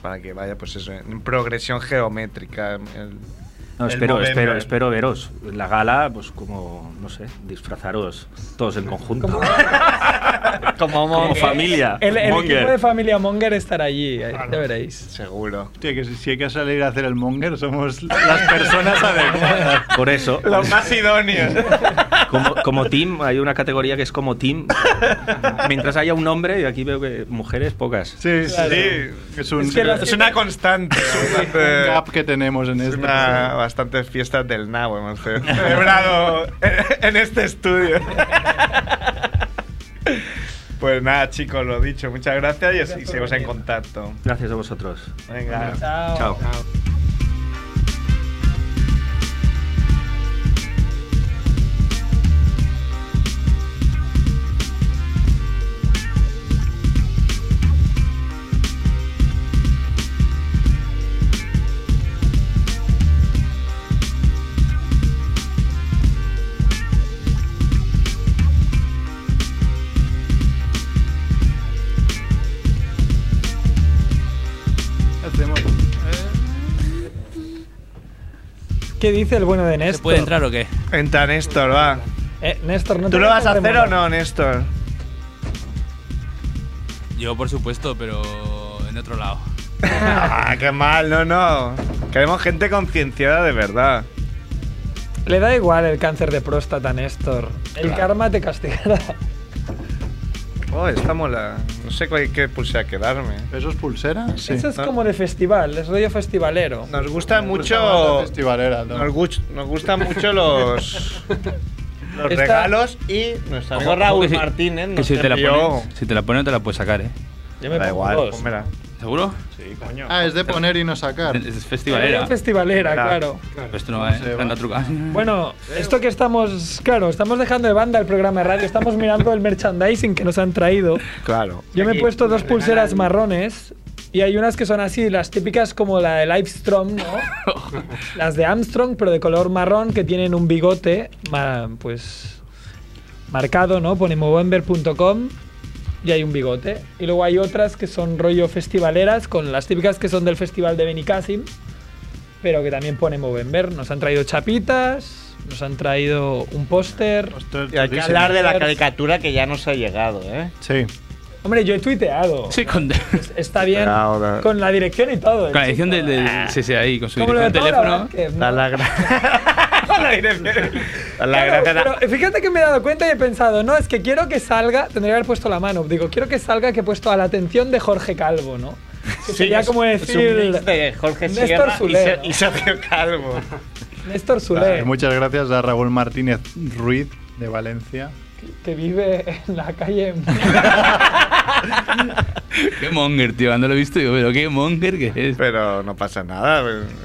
S2: para que vaya pues eso, en progresión geométrica. el-
S5: No,
S2: el
S5: espero,
S2: Movember.
S5: espero, espero veros. En La gala, pues como, no sé, disfrazaros todos en conjunto. Como,
S3: Monger.
S5: familia.
S3: El, el
S5: Monger.
S3: equipo de familia Monger estará allí, eh, ya veréis.
S2: Seguro.
S4: Hostia, que si- si hay que salir a hacer el monger, somos las personas adecuadas.
S5: Por eso,
S2: Los más idóneos.
S5: como, como team, hay una categoría que es como team. Mientras haya un hombre, y aquí veo que mujeres pocas.
S4: Sí,
S3: Claro.
S4: sí. Es un
S3: Es que las-
S2: es una constante.
S4: un
S2: bastante-
S4: gap que tenemos en este
S2: es
S4: esto.
S2: una- bastantes fiestas del nabo hemos ce- celebrado en- en este estudio. Pues nada, chicos, lo dicho. Muchas gracias y- y, seguimos en contacto.
S5: Gracias a vosotros.
S2: Venga.
S5: Chao.
S3: eh, ¿Qué dice el bueno de Néstor?
S9: ¿Se puede entrar o qué?
S2: Entra Néstor, va.
S3: Eh, Néstor, no
S2: ¿Tú
S3: te
S2: lo vas
S3: vayas
S2: a hacer o
S3: remolar.
S2: no, Néstor?
S9: Yo, por supuesto, pero en otro lado.
S2: ah, qué mal, no, no. Queremos gente concienciada de verdad.
S3: Le da igual el cáncer de próstata, Néstor. El karma te castigará.
S2: Oh, esta mola. No sé cuál, qué pulsar quedarme.
S4: ¿Eso es pulsera? Sí.
S3: Eso es
S2: ¿no?
S3: como de festival, es rollo festivalero.
S2: Nos gusta
S4: Mucho
S2: mucho.
S4: festivalera, ¿no?
S2: Nos, gu- nos gustan mucho los. Los
S3: Esta-
S2: regalos y nuestro amigo
S9: Ojo,
S2: Raúl
S9: que si-
S2: Martínez
S9: Que
S2: nos
S9: si te, la
S2: envió.
S9: pones, si te la pones, te la puedes sacar, ¿eh?
S3: Yo me pongo
S2: Da igual,
S3: dos.
S2: pues mira.
S9: ¿Seguro?
S4: Ah, es de poner y no sacar.
S9: Es es
S3: Rollo
S9: festivalera.
S3: festivalera,
S2: Claro.
S3: claro.
S7: Claro.
S9: Pero Esto no va,
S4: No sé,
S9: ¿eh?
S4: va.
S9: Anda truca.
S3: Bueno, esto que estamos, claro, estamos dejando de banda el programa de radio, estamos mirando el merchandising que nos han traído.
S2: Claro.
S3: Yo me he
S7: Aquí,
S3: puesto dos
S7: regalan.
S3: pulseras marrones y hay unas que son así, las típicas como la de Livestrong, ¿no? las de Armstrong, pero de color marrón, que tienen un bigote, ma- pues marcado, ¿no? Pone movember.com y hay un bigote. Y luego hay otras que son rollo festivaleras, con las típicas que son del festival de Benicassim, pero que también pone Movember. Nos han traído chapitas, nos han traído un póster.
S4: Ostras,
S2: Y hay que
S4: chulísimo.
S2: hablar de la caricatura que ya nos ha llegado, ¿eh?
S4: Sí.
S3: Hombre, yo he tuiteado.
S9: Sí, con, con
S3: Está bien.
S2: Claro, claro.
S3: Con la dirección y todo. eh. el
S9: la edición
S3: chico.
S9: del. del- sí, sí, ahí, con su
S3: Como lo
S9: dirección
S3: de
S9: de
S3: Paula
S9: teléfono.
S3: Vázquez, ¿no?
S2: Da la gra- Da la gracia. Da la
S3: Claro,
S2: gracia.
S3: pero fíjate que me he dado cuenta y he pensado, no, es que quiero que salga, tendría que haber puesto la mano, digo, quiero que salga que he puesto a la atención de Jorge Calvo, ¿no? Que sería
S2: es-
S3: como
S2: es un
S3: decir
S2: mix de Jorge
S3: Néstor
S2: Sierra y
S3: Soler,
S2: Ser-
S3: ¿no?
S2: y Sergio Calvo.
S3: Néstor Soler,
S4: Y Pues Muchas gracias a Raúl Martínez Ruiz de Valencia.
S3: que vive en la calle.
S9: Qué monger, tío. Cuando lo he visto, digo, pero qué monger que es.
S2: Pero no pasa nada.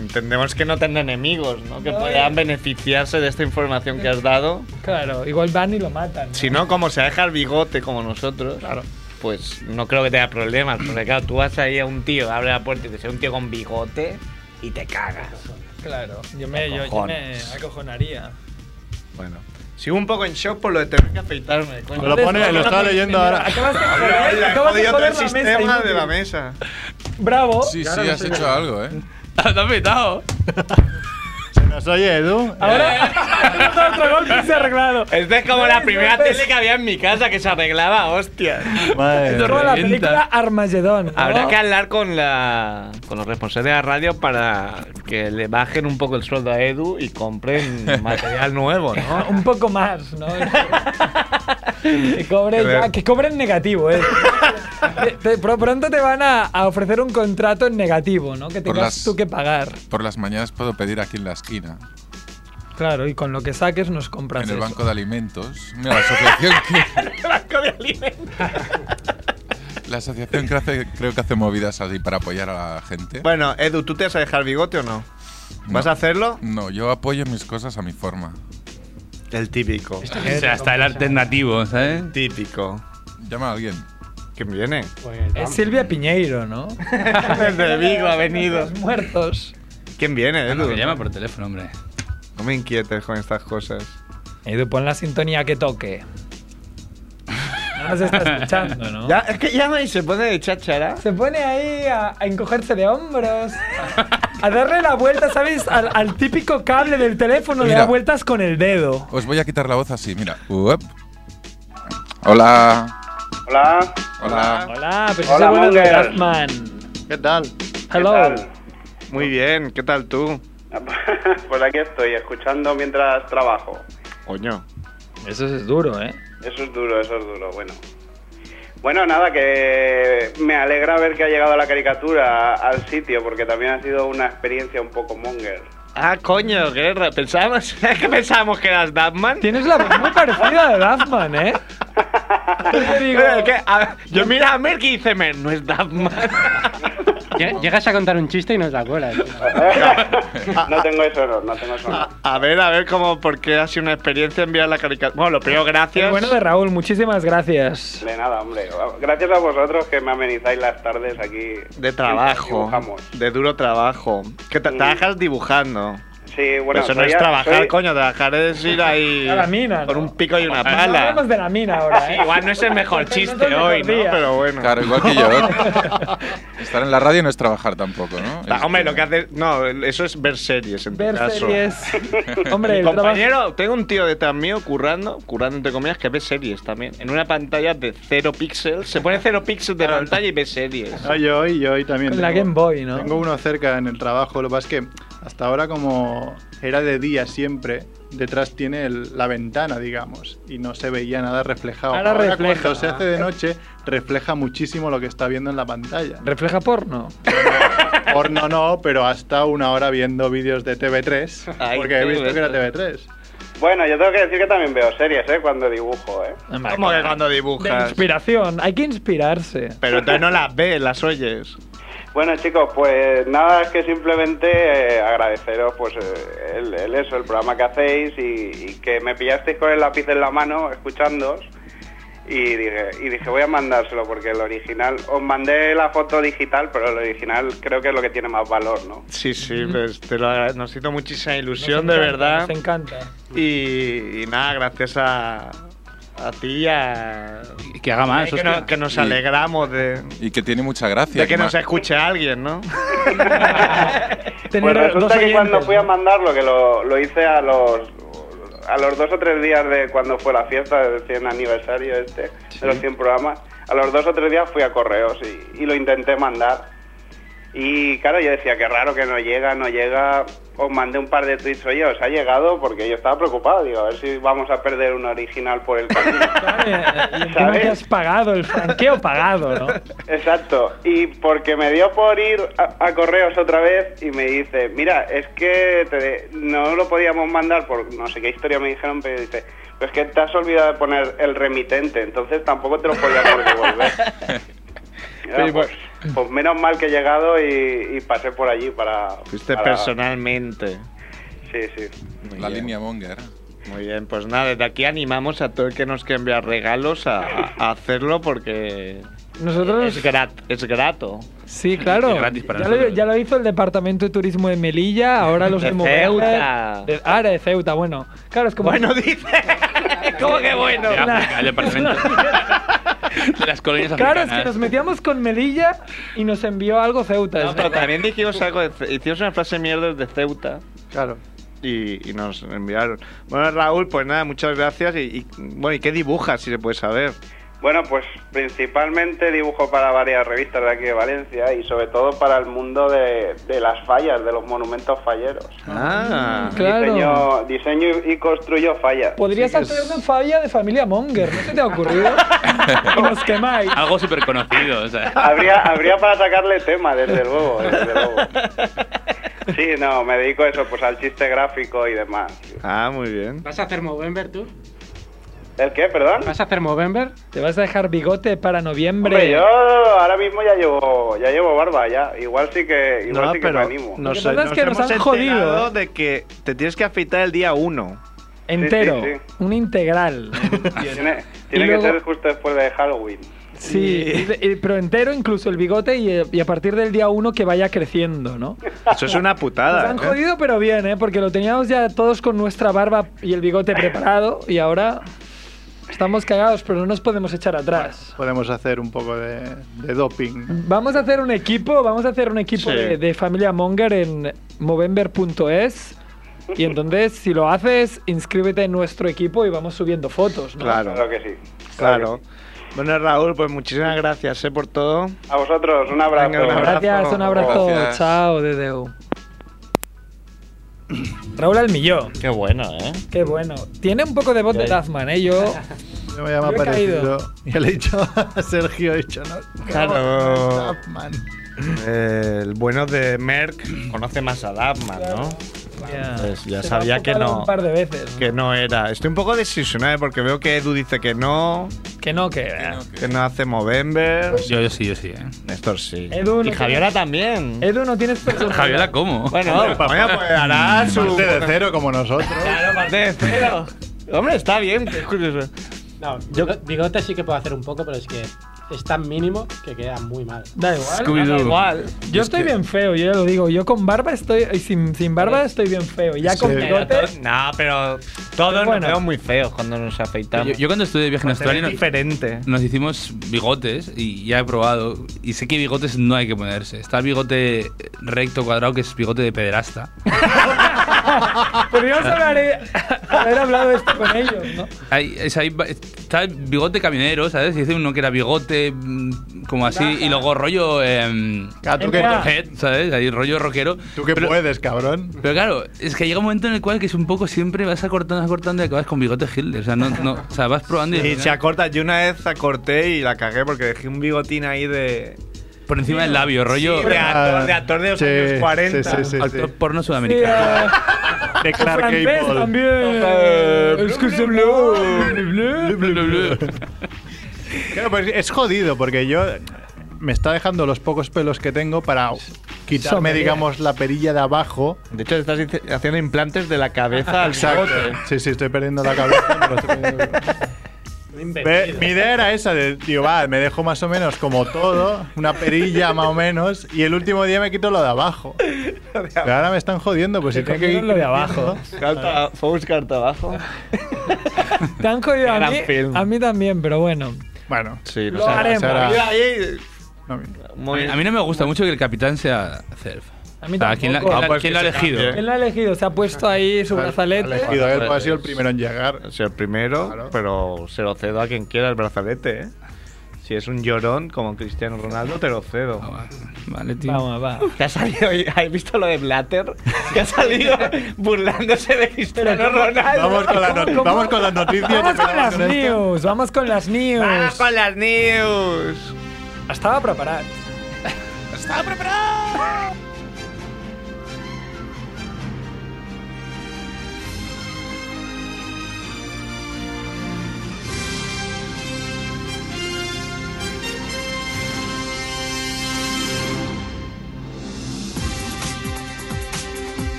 S2: Entendemos que no tenga enemigos, ¿no? Que
S3: No,
S2: puedan
S3: eh.
S2: beneficiarse de esta información que has dado.
S3: claro, igual van y lo matan. ¿no?
S2: Si no, como se deja el bigote como nosotros, pues no creo que tenga problemas. Porque claro, tú vas ahí a un tío, abre la puerta y te sea un tío con bigote y te cagas.
S3: Claro, yo me, yo- yo
S2: Acojones.
S3: me acojonaría.
S2: Bueno. Sigo un poco en shock por lo de tener que afeitarme. coño.
S4: Me lo pone, lo estaba leyendo
S3: Mira,
S4: ahora.
S3: Acabas de
S2: Ay,
S3: joder,
S2: ha
S3: acabas de
S2: jodido todo
S3: joder
S2: el
S3: la mesa,
S2: sistema de la
S3: inútil.
S2: mesa.
S3: Bravo.
S6: Sí, sí, has hecho algo, ¿eh?
S9: ¡Te ha petado!
S4: Se nos oye, Edu.
S3: Ahora otro golpe y se ha arreglado.
S2: Esta Este es como la primera tele que había en mi casa que se arreglaba, hostia.
S4: Madre
S9: Edu
S4: mía.
S3: Como la
S9: Revienta.
S3: película Armagedón. ¿no?
S2: Habrá que hablar con la con los responsables de la radio para que le bajen un poco el sueldo a Edu y compren material nuevo, ¿no?
S3: Un poco más, ¿no? que, cobre
S2: Qué
S3: ya-
S2: ver.
S3: que cobren negativo, ¿eh? Te- te- pro- pronto te van a, a ofrecer un contrato en negativo, ¿no? Que
S6: Por
S3: tengas
S6: las-
S3: tú que pagar.
S6: Por las mañanas puedo pedir aquí en la esquina,
S3: Claro, y con lo que saques nos compras
S6: en el
S3: eso.
S6: banco de alimentos. Mira, la asociación que, la asociación que hace, creo que hace movidas así para apoyar a la gente.
S2: Bueno, Edu, ¿tú te vas a dejar bigote o no? ¿Vas
S6: No.
S2: a hacerlo?
S6: No, yo apoyo mis cosas a mi forma.
S2: El típico.
S9: O sea, hasta el alternativo, ¿sabes?
S2: Típico.
S6: Llama a alguien.
S2: ¿Quién viene?
S7: Pues,
S3: Es
S7: vamos.
S3: Silvia Piñeiro, ¿no?
S2: Desde Vigo ha venido.
S3: Los muertos.
S2: ¿Quién viene,
S9: Ah, no,
S2: Edu?
S9: que llama por teléfono, hombre.
S2: No me inquietes con estas cosas.
S3: Edu, pon la sintonía que toque. No nos está escuchando, ¿no?
S2: Ya, es que llama y se pone de cháchara.
S3: Se pone ahí a, a encogerse de hombros, a darle la vuelta, ¿sabes? Al, al típico cable del teléfono le da
S6: Mira.
S3: vueltas con el dedo.
S6: Os voy a quitar la voz así, mira. Uep. Hola.
S10: Hola,
S6: Hola.
S3: Hola, pero
S10: Hola,
S3: bueno de
S10: Monger.
S3: Batman.
S4: ¿Qué tal?
S3: Hello.
S10: tal?
S2: Muy bien, ¿qué tal tú?
S10: pues aquí estoy, escuchando mientras trabajo.
S2: Coño.
S8: Eso es duro, ¿eh?
S10: Eso es duro, eso es duro, bueno. Bueno, nada, que me alegra ver que ha llegado la caricatura al sitio, porque también ha sido una experiencia un poco monger.
S2: Ah, coño, guerra. Pensábamos que pensábamos que eras Batman.
S3: Tienes la voz muy parecida de Batman, ¿eh? Yo te digo,
S2: Pero es que, a ver, yo mira a Merck y dice Mer, no es Batman.
S7: Lleg- Llegas a contar un chiste y no te acuerdas.
S10: no tengo ese honor, no tengo ese honor.
S2: A, a ver, a ver cómo, porque ha sido una experiencia enviar la caricatura. Bueno, lo primero,
S3: qué
S2: gracias.
S3: bueno de Raúl, muchísimas gracias.
S10: De nada, hombre. Gracias a vosotros que me amenizáis las tardes aquí.
S2: de trabajo,
S10: Dibujamos.
S2: de duro trabajo. Que tra-
S10: Mm.
S2: trabajas dibujando.
S10: Sí, bueno,
S2: Pues eso no
S10: soy
S2: es
S10: a-
S2: trabajar,
S10: soy-
S2: coño. Trabajar es ir ahí.
S3: A la mina,
S2: Con
S3: ¿no?
S2: un pico y una
S3: No hablemos
S2: pala.
S3: de la mina ahora, ¿eh?
S11: Igual no es el mejor chiste
S3: mejor
S11: hoy, ¿no?
S3: día.
S2: Pero bueno.
S6: Claro, igual que yo. ¿eh? Estar en la radio no es trabajar tampoco, ¿no?
S2: Ah,
S6: Es
S2: hombre,
S6: que-
S2: lo que hace. No, eso es ver series, en tu
S3: Ver
S2: caso.
S3: series. Hombre,
S2: Mi
S3: el
S2: compañero, tengo un tío detrás mío currando, currando entre comillas, que ve series también. En una pantalla de cero píxeles. Se pone cero píxeles de pantalla y ve series.
S4: Ah, yo hoy, yo hoy también.
S3: Con la Game Boy, ¿no?
S4: Tengo uno cerca en el trabajo. Lo que pasa es que hasta ahora, como era de día siempre, detrás tiene el- la ventana, digamos, y no se veía nada reflejado.
S3: Ahora refleja.
S4: Cuando se hace de noche, refleja muchísimo lo que está viendo en la pantalla.
S3: refleja porno.
S4: Porno no, pero hasta una hora viendo vídeos de TV3,
S2: Ay,
S4: porque he
S2: tú,
S4: visto que era
S2: esto.
S4: TV3.
S10: Bueno, yo tengo que decir que también veo series, ¿eh? Cuando dibujo, ¿eh?
S2: Como que cuando dibujas.
S3: Inspiración, hay que inspirarse.
S2: Pero entonces no las ves, las oyes.
S10: Bueno, chicos, pues nada, es que simplemente eh, agradeceros pues eh, el, el eso, el programa que hacéis y, y que me pillasteis con el lápiz en la mano escuchándoos y dije, y dije voy a mandárselo porque el original, os mandé la foto digital, pero el original creo que es lo que tiene más valor, ¿no?
S2: Sí, sí, pues te lo agra- nos hizo muchísima
S3: Nos
S2: ilusión, de
S3: encanta,
S2: verdad.
S3: Nos encanta.
S2: Y, y nada, gracias a, a ti y a.
S9: Que haga más.
S2: que,
S9: hostia.
S2: no- que nos
S6: Y-
S2: alegramos de,
S6: Y que tiene mucha gracia.
S2: de que
S6: ma-
S2: nos escuche alguien, ¿no?
S3: Tener
S10: pues
S3: dos
S10: resulta que
S3: oyentes,
S10: cuando fui a
S3: ¿no?
S10: mandarlo, que lo, lo hice a los a los dos o tres días de cuando fue la fiesta del 100 aniversario este, de los 100 programas, a los dos o tres días fui a correos y, y lo intenté mandar. Y claro, yo decía, qué raro que no llega, no llega. Os mandé un par de tweets, oye, os ha llegado porque yo estaba preocupado, digo, a ver si vamos a perder un original por el camino.
S3: Vale, y encima
S10: ¿Sabes?
S3: que has pagado, el franqueo pagado, ¿no?
S10: Exacto, y porque me dio por ir a, a correos otra vez y me dice, mira, es que te- no lo podíamos mandar por no sé qué historia me dijeron, pero dice, pues que te has olvidado de poner el remitente, entonces tampoco te lo podíamos devolver. Y ahora,
S2: Sí,
S10: pues, pues menos mal que he llegado y, y pasé por allí para...
S2: Fuiste
S10: para-
S2: personalmente.
S10: Sí, sí.
S2: Muy
S6: La
S2: bien.
S6: línea Monger.
S2: Muy bien, pues nada, desde aquí animamos a todo el que nos quiera enviar regalos a, a hacerlo porque
S3: Nosotros.
S2: es, grat- es grato.
S3: Sí, claro.
S9: Es gratis para
S3: ya, lo,
S9: nosotros.
S3: ya lo hizo el Departamento de Turismo de Melilla, ahora los
S2: De
S3: Mover-
S2: Ceuta.
S3: de- ah, era de Ceuta, bueno. Claro, es como.
S2: Bueno, dice.
S3: ¿cómo que bueno?
S9: De África, el departamento. de las colonias
S3: Claro,
S9: africanas.
S3: es que nos metíamos con Melilla y nos envió algo Ceuta.
S2: No,
S3: es
S2: pero
S3: verdad.
S2: también dijimos algo, de Ce- hicimos una frase mierda de Ceuta
S4: Claro.
S2: y, y nos enviaron. Bueno, Raúl, pues nada, muchas gracias y, y, bueno, ¿y qué dibujas si se puede saber?
S10: Bueno, pues principalmente dibujo para varias revistas de aquí de Valencia y sobre todo para el mundo de, de las fallas, de los monumentos falleros.
S2: Ah,
S3: Claro.
S10: Diseño, diseño y- y construyo fallas.
S3: Podrías
S2: Sí, es-
S3: hacer una falla de familia Monger, ¿no se te ha ocurrido? y nos quemáis.
S9: Algo súper conocido. O sea.
S10: Habría, habría para sacarle tema, desde luego, desde luego. Sí, no, me dedico a eso, pues al chiste gráfico y demás.
S2: ah, muy bien.
S7: ¿Vas a hacer Movember tú?
S10: ¿El qué, perdón?
S7: ¿Vas a hacer Movember?
S3: Te vas a dejar bigote para noviembre.
S10: Hombre, yo ahora mismo ya llevo, ya llevo barba, ya. Igual sí que, igual
S2: No,
S10: sí que
S2: pero
S10: me animo.
S3: Lo que pasa es que nos han
S2: hemos
S3: jodido,
S2: enterado
S3: ¿eh?
S2: de que te tienes que afeitar el día uno.
S3: Entero.
S10: Sí, sí, sí.
S3: Un integral.
S10: Tiene, tiene
S3: Y
S10: que
S3: luego-
S10: ser justo después de Halloween.
S3: Sí, y de- y- pero entero, incluso el bigote y, y a partir del día uno que vaya creciendo, ¿no?
S2: Eso es una
S3: Nos
S2: putada.
S3: han
S2: ¿eh?
S3: jodido, pero bien, ¿eh? Porque lo teníamos ya todos con nuestra barba y el bigote preparado y ahora estamos cagados, pero no nos podemos echar atrás.
S4: Podemos hacer un poco de, de doping.
S3: Vamos a hacer un equipo, vamos a hacer un equipo
S2: Sí.
S3: de, de familia Monger en movember.es y entonces si lo haces, inscríbete en nuestro equipo y vamos subiendo fotos, ¿no?
S2: Claro,
S10: Claro que sí.
S2: claro. Bueno, Raúl, pues muchísimas gracias ¿eh? por todo.
S10: A vosotros, un abrazo.
S2: Venga, un abrazo.
S3: Gracias, un abrazo.
S6: Gracias.
S3: Chao, Dedeu. Raúl Almilló.
S2: Qué bueno, ¿eh?
S3: Qué bueno. Tiene un poco de voz de Duffman, ¿eh? Yo.
S4: Yo me llamo
S3: Yo he
S4: parecido. Y le he dicho a Sergio, he dicho, no.
S2: Claro.
S4: Batman.
S2: Eh, el bueno de Merck conoce más a Dabman, ¿no? Pues ya
S3: Se
S2: sabía
S3: me ha
S2: que
S3: tocado
S2: no.
S3: Un par de veces. ¿no?
S2: Que no era. Estoy un poco desilusionado ¿eh? porque veo que Edu dice que no,
S3: Que no, que. eh,
S2: que no hace Movember.
S9: Yo, yo sí, yo sí. ¿eh?
S2: Néstor sí.
S3: Edu,
S2: y
S3: no
S2: Javiola también.
S3: Edu, no tienes personalidad.
S9: Javiola, ¿cómo?
S2: Bueno, bueno, pues hará su.
S4: Parte de cero como nosotros.
S2: Claro, parte de cero. Hombre, está bien. qué curioso.
S11: No, bigote sí que puedo hacer un poco, pero es que
S7: es tan mínimo que queda muy mal.
S3: Da igual, da igual. Yo estoy bien feo, yo ya lo digo. Yo con barba estoy. y sin, sin barba estoy bien feo. Ya con bigote.
S11: No, pero todos
S3: Bueno.
S11: nos vemos muy feos cuando nos afeitamos.
S9: Yo, yo cuando estuve de viaje en
S11: Pues te ves
S9: Australia nos,
S2: diferente.
S9: nos hicimos bigotes y ya he probado. Y sé que bigotes no hay que ponerse. Está el bigote recto cuadrado que es bigote de pederasta.
S3: Pero yo os hablaré. Haber hablado de esto con ellos, ¿no?
S9: Hay, es- hay ba- está el bigote camionero, ¿sabes? Y dice uno que era bigote mm, como así y luego rollo... em,
S4: Ah, tú que-
S9: Motorhead, ¿sabes? Ahí rollo rockero.
S4: Tú que
S9: Pero-
S4: puedes, cabrón.
S9: Pero claro, es que llega un momento en el cual que es un poco siempre vas acortando, acortando y acabas con bigote Hitler. O sea, no, no, o sea vas probando y,
S2: Y se acorta. Yo una vez acorté y la cagué porque dejé un bigotín ahí de.
S9: por encima del labio, rollo
S2: de actor de, actor de los
S4: Ah, Sí,
S2: años 40.
S4: sí, sí, sí, sí.
S9: actor porno sudamericano.
S4: De Clark
S3: francés
S4: Gable.
S3: también. Es que se habló.
S4: Claro, pues es jodido porque yo me está dejando los pocos pelos que tengo para quitarme,
S3: Sombrería.
S4: digamos, la perilla de abajo.
S2: De hecho, estás hice- haciendo implantes de la cabeza al bigote.
S4: Sí, sí, estoy perdiendo la cabeza. me lo estoy perdiendo. Ve- mi idea era esa, de, digo, va, me dejo más o menos como todo, una perilla más o menos, y el último día me quito lo de abajo. Pero ahora me están jodiendo, pues si tengo que ir
S3: Lo de abajo.
S2: Carta, fue a buscar trabajo.
S3: Te han jodido a
S2: Gran
S3: mí.
S2: film.
S3: A mí también, pero bueno.
S4: Bueno,
S2: Sí,
S3: Lo haremos.
S4: será.
S2: Mira, ahí-
S4: no,
S2: Muy-
S9: A mí no me gusta mucho que el capitán sea Cerf.
S3: A mí
S9: O sea, ¿quién la-
S3: tampoco.
S9: quién la-
S2: Ah, pues
S9: quién
S2: que
S9: lo ha
S2: se
S9: elegido?
S2: cambie.
S3: Él lo ha elegido, se ha puesto ahí su
S4: ha
S3: brazalete.
S4: elegido él, pues ha sido el primero en llegar.
S2: O sea, el primero,
S4: Claro.
S2: pero se lo cedo a quien quiera el brazalete, ¿eh? Si es un llorón como Cristiano Ronaldo, te lo cedo.
S9: Ah, Vale, tío.
S3: Vamos, va.
S11: ¿Te ha salido, ¿Has visto lo de Blatter? Que ha salido burlándose de Cristiano Ronaldo.
S4: Vamos con, la
S3: ¿Cómo,
S4: noti-
S3: cómo?
S4: vamos con las noticias.
S3: Vamos con
S4: empezamos
S3: las
S4: con esto.
S3: news, vamos con las
S11: ¡Vamos
S3: news.
S11: con las news!
S3: Estaba preparado.
S6: ¡Está preparado!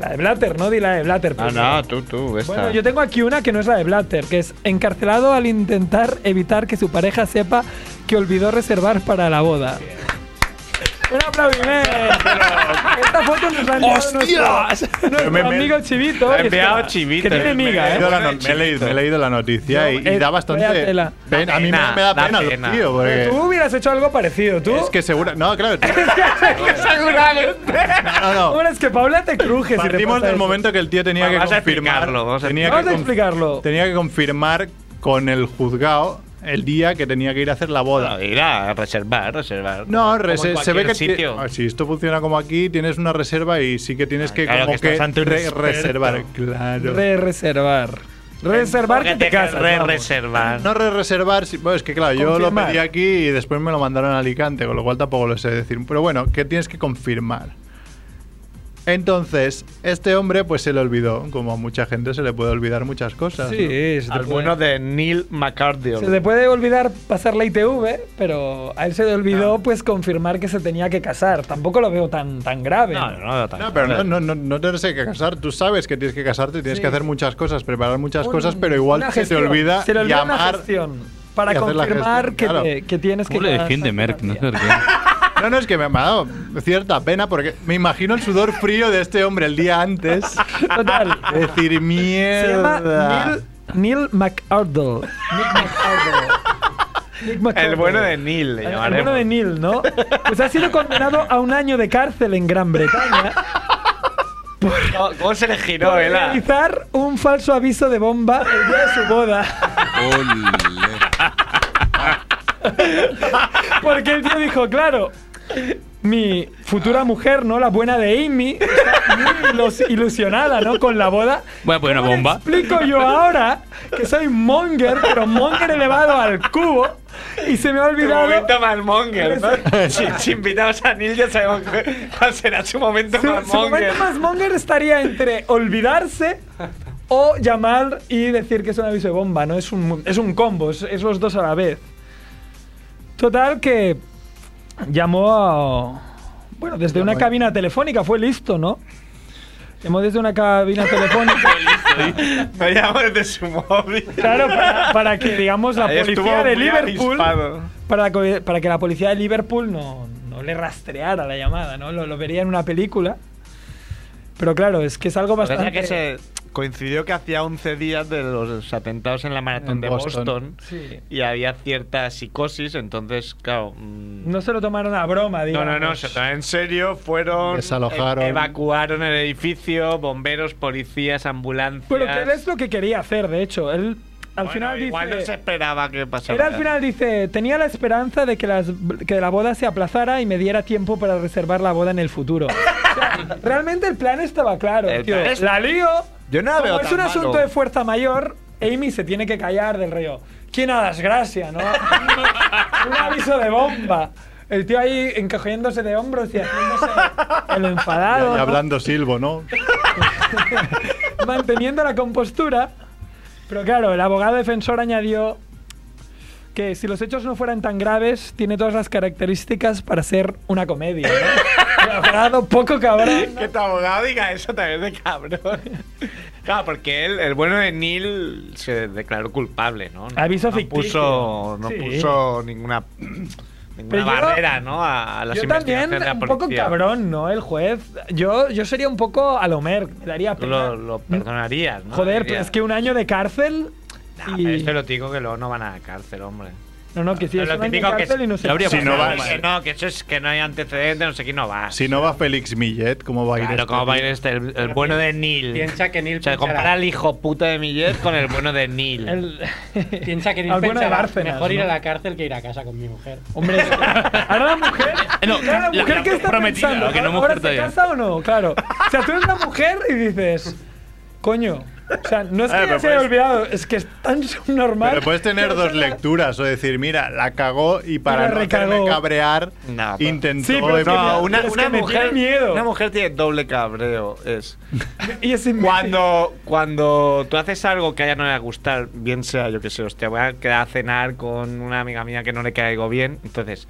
S3: La de Blatter, no di la de Blatter.
S2: Ah,
S3: primero.
S2: no, tú, tú,
S4: Pues
S2: esta.
S3: Bueno, yo tengo aquí una que no es la de Blatter, que es encarcelado al intentar evitar que su pareja sepa que olvidó reservar para la boda. Un aplaudimiento. Esta foto nos la ha enviado
S9: ¡Hostias!
S3: nuestro, nuestro
S4: Me- me-
S3: amigo Chivito.
S2: me ha
S3: que está-
S2: enviado Chivito.
S3: Que tiene
S2: Me- me-
S3: miga,
S4: Me he
S3: ¿eh?
S4: leído la no- me he leído, me he leído la noticia
S3: No, eh,
S4: y, y
S3: es-
S4: da bastante
S3: vaya tela.
S4: pena. A mí me,
S11: Da
S4: me da
S11: pena,
S4: pena,
S11: da
S4: los
S11: pena.
S4: tío,
S3: Pero tú
S4: porque
S3: hubieras hecho algo parecido, tú.
S4: es que seguro. No, claro. tú- No, no, no.
S3: Hombre, es que Paula te cruje si te
S4: Partimos
S3: pasa
S4: del
S3: eso.
S4: momento que el tío tenía que
S2: Vamos a
S4: confirmarlo.
S2: explicarlo, vamos a
S4: tenía, que
S3: Vamos a
S4: conf-
S3: explicarlo.
S4: tenía que confirmar con el juzgado el día que tenía que ir a hacer la boda.
S11: No, ir a reservar, reservar.
S4: No, re-
S11: Ah, Como en
S4: se, se ve
S11: cualquier
S4: que ti-
S11: sitio. Ah,
S4: ah, si esto funciona como aquí, tienes una reserva y sí que tienes que
S11: claro,
S4: como
S11: que estás ante un
S4: re-
S11: experto.
S4: reservar. Claro.
S3: Re reservar. Reservar que te casas.
S11: re
S3: vamos.
S11: reservar.
S4: No re- reservar, sí, bueno, es que claro, yo lo
S3: Confirmar.
S4: pedí aquí y después me lo mandaron a Alicante, con lo cual tampoco lo sé decir. Pero bueno, que tienes que confirmar. Entonces, este hombre pues se le olvidó, como a mucha gente se le puede olvidar muchas cosas.
S3: Sí, se te
S2: Al
S3: puede-
S2: bueno de Neil
S3: Se te
S2: McCarthy.
S3: puede olvidar pasar la ITV, pero a él se le olvidó pues confirmar que se tenía que casar. Tampoco lo veo tan, tan grave.
S11: No, no, no, tan-
S4: No, pero no, no, no, no te sé que casar. Tú sabes que tienes que casarte, tienes
S3: Sí.
S4: que hacer muchas cosas, preparar muchas
S3: Un-
S4: cosas, pero igual
S3: una
S4: se
S3: gestión.
S4: te olvida,
S3: Se le olvida una
S4: llamar.
S3: gestión para
S4: y hacer la
S3: confirmar
S4: gestión,
S3: que,
S4: claro.
S3: te- que tienes
S9: ¿Cómo
S3: que
S9: le
S3: casar
S9: defiende
S3: con
S9: Merck?
S3: la
S9: No sé
S3: tía.
S9: por qué.
S4: No, no, es que me ha dado cierta pena porque me imagino el sudor frío de este hombre el día antes.
S3: Total.
S4: Es decir,
S3: Se llama
S4: mierda.
S3: Neil, Neil McArdle. Nick McArdle. Nick McArdle.
S2: El bueno de Neil, le
S3: El- El
S2: llamaremos.
S3: bueno de Neil, ¿no? Pues ha sido condenado a un año de cárcel en Gran Bretaña
S2: ¿Cómo, cómo se le giró,
S3: por
S2: Vela?
S3: realizar un falso aviso de bomba el día de su boda.
S6: Ole.
S3: Porque el tío dijo, claro, mi futura mujer, ¿no? La buena de Amy, está muy ilus- ilusionada, ¿no? Con la boda.
S9: Voy a poner una
S3: ¿Cómo
S2: Ah.
S3: le
S9: bomba.
S3: explico yo ahora que soy monger, pero monger elevado al cubo y se me ha
S2: Tu
S3: olvidado
S2: momento malmonger, ¿no? si, si invitamos a Neil ya sabemos cu- cuál será su momento
S3: Su, su
S2: malmonger.
S3: momento más monger estaría entre olvidarse o llamar y decir que es un aviso de bomba, ¿no? Es un, es un combo, es, es los dos a la vez. Total que llamó a- Bueno, desde una cabina telefónica, fue listo, ¿no? Llamó desde una cabina telefónica.
S5: Me llamo desde su móvil.
S3: Claro, para, para que digamos la
S5: Ahí estuvo
S3: policía de
S5: muy
S3: Liverpool.
S5: avispado.
S3: Para, co- para que la policía de Liverpool no, no le rastreara la llamada, ¿no? Lo, lo vería en una película. Pero claro, es que es algo bastante.
S2: Coincidió que hacía 11 días de los atentados en la maratón
S3: En
S2: de
S3: Boston.
S2: Boston,
S3: Sí.
S2: y había cierta psicosis, entonces, claro. mm,
S3: No se lo tomaron a broma,
S2: No,
S3: digamos.
S2: no, no, se tomaron en serio, fueron.
S3: Desalojaron.
S2: e- evacuaron el edificio, bomberos, policías, ambulancias.
S3: Pero que él es lo que quería hacer, de hecho. Él al
S2: Bueno,
S3: final dice.
S2: igual no se esperaba que pasara.
S3: Él al final dice, tenía la esperanza de que, las, que la boda se aplazara y me diera tiempo para reservar la boda en el futuro. O sea, realmente el plan estaba claro.
S2: El
S3: tío.
S2: plan es-
S3: La lío.
S2: Yo no la
S3: como
S2: veo
S3: es
S2: tan
S3: un asunto
S2: malo.
S3: de fuerza mayor, Amy se tiene que callar del río. ¿Quién a desgracia, no? un aviso de bomba. El tío ahí encogiéndose de hombros y haciéndose el enfadado.
S4: Y
S3: ¿no?
S4: hablando silbo, ¿no?
S3: manteniendo la compostura. Pero claro, el abogado defensor añadió que si los hechos no fueran tan graves, tiene todas las características para ser una comedia. ¿no? El abogado poco cabrón.
S2: Que tu abogado diga eso también de cabrón. Claro, porque él, el bueno de Neil se declaró culpable, ¿no? No-
S3: Aviso
S2: no
S3: ficticio.
S2: Puso, no
S3: Sí.
S2: puso ninguna,
S3: Pero
S2: ninguna
S3: yo-
S2: barrera, ¿no? A, a las
S3: Yo
S2: investigaciones
S3: también,
S2: de la
S3: un
S2: policía.
S3: poco cabrón, ¿no? El juez. Yo, yo sería un poco a Lomer. Me daría
S2: Tú
S3: pena.
S2: lo, lo perdonarías, ¿no?
S3: Joder,
S2: Diría,
S3: pero es que un año de cárcel.
S2: "Ah,
S3: y-
S2: pero esto lo digo que luego no van a la cárcel, hombre.
S3: No, no, que sí,
S2: Pero
S3: es
S2: lo
S3: un año de
S2: típico que
S3: cárcel
S2: es-
S3: y no sé.
S2: lo habría
S4: Si no
S2: pasado,
S4: vas-
S2: que no, que eso es que no hay antecedentes, no sé qué, no va.
S4: Si no va Félix Millet, ¿cómo va a ir
S2: Ah, Claro,
S4: este
S2: ¿cómo va a ir
S4: tío?
S2: este? El, el bueno de Neil.
S7: Piensa que Neil
S2: O sea,
S7: pinchará.
S2: compara al hijo puta de Millet con el bueno de Neil.
S7: Piensa que Neil
S3: Al bueno de
S7: pensará,
S3: Bárcenas,
S7: mejor ir
S3: ¿no?
S7: a la cárcel que ir a casa con mi mujer.
S3: Hombre, es que- ahora la mujer.
S9: No,
S3: claro, la
S9: la-
S3: mujer
S9: la
S3: que está
S9: prometida,
S3: pensando.
S9: la que no
S3: ¿Ahora
S9: mujer
S3: se
S9: todavía.
S3: casa o no? Claro. O sea, tú eres una mujer y dices. Coño. O sea, no es que
S4: Ah,
S3: ya
S4: pero
S3: se haya
S4: puedes-
S3: olvidado, es que es tan normal.
S4: Pero puedes tener
S3: que
S4: dos
S3: no se-
S4: lecturas o decir, mira, la cagó y para
S3: Pero
S4: no hacerme
S3: recagó.
S4: cabrear,
S2: No, pero-
S4: intentó.
S3: Sí, pero es que
S2: No,
S3: me-
S2: una,
S3: es
S2: una
S3: que me
S2: mujer,
S3: tiene miedo.
S2: una mujer tiene doble cabreo. Es
S3: Y es imbécil.
S2: cuando, cuando tú haces algo que a ella no le va a gustar, bien sea, yo que sé, hostia, voy a quedar a cenar con una amiga mía que no le caigo bien, entonces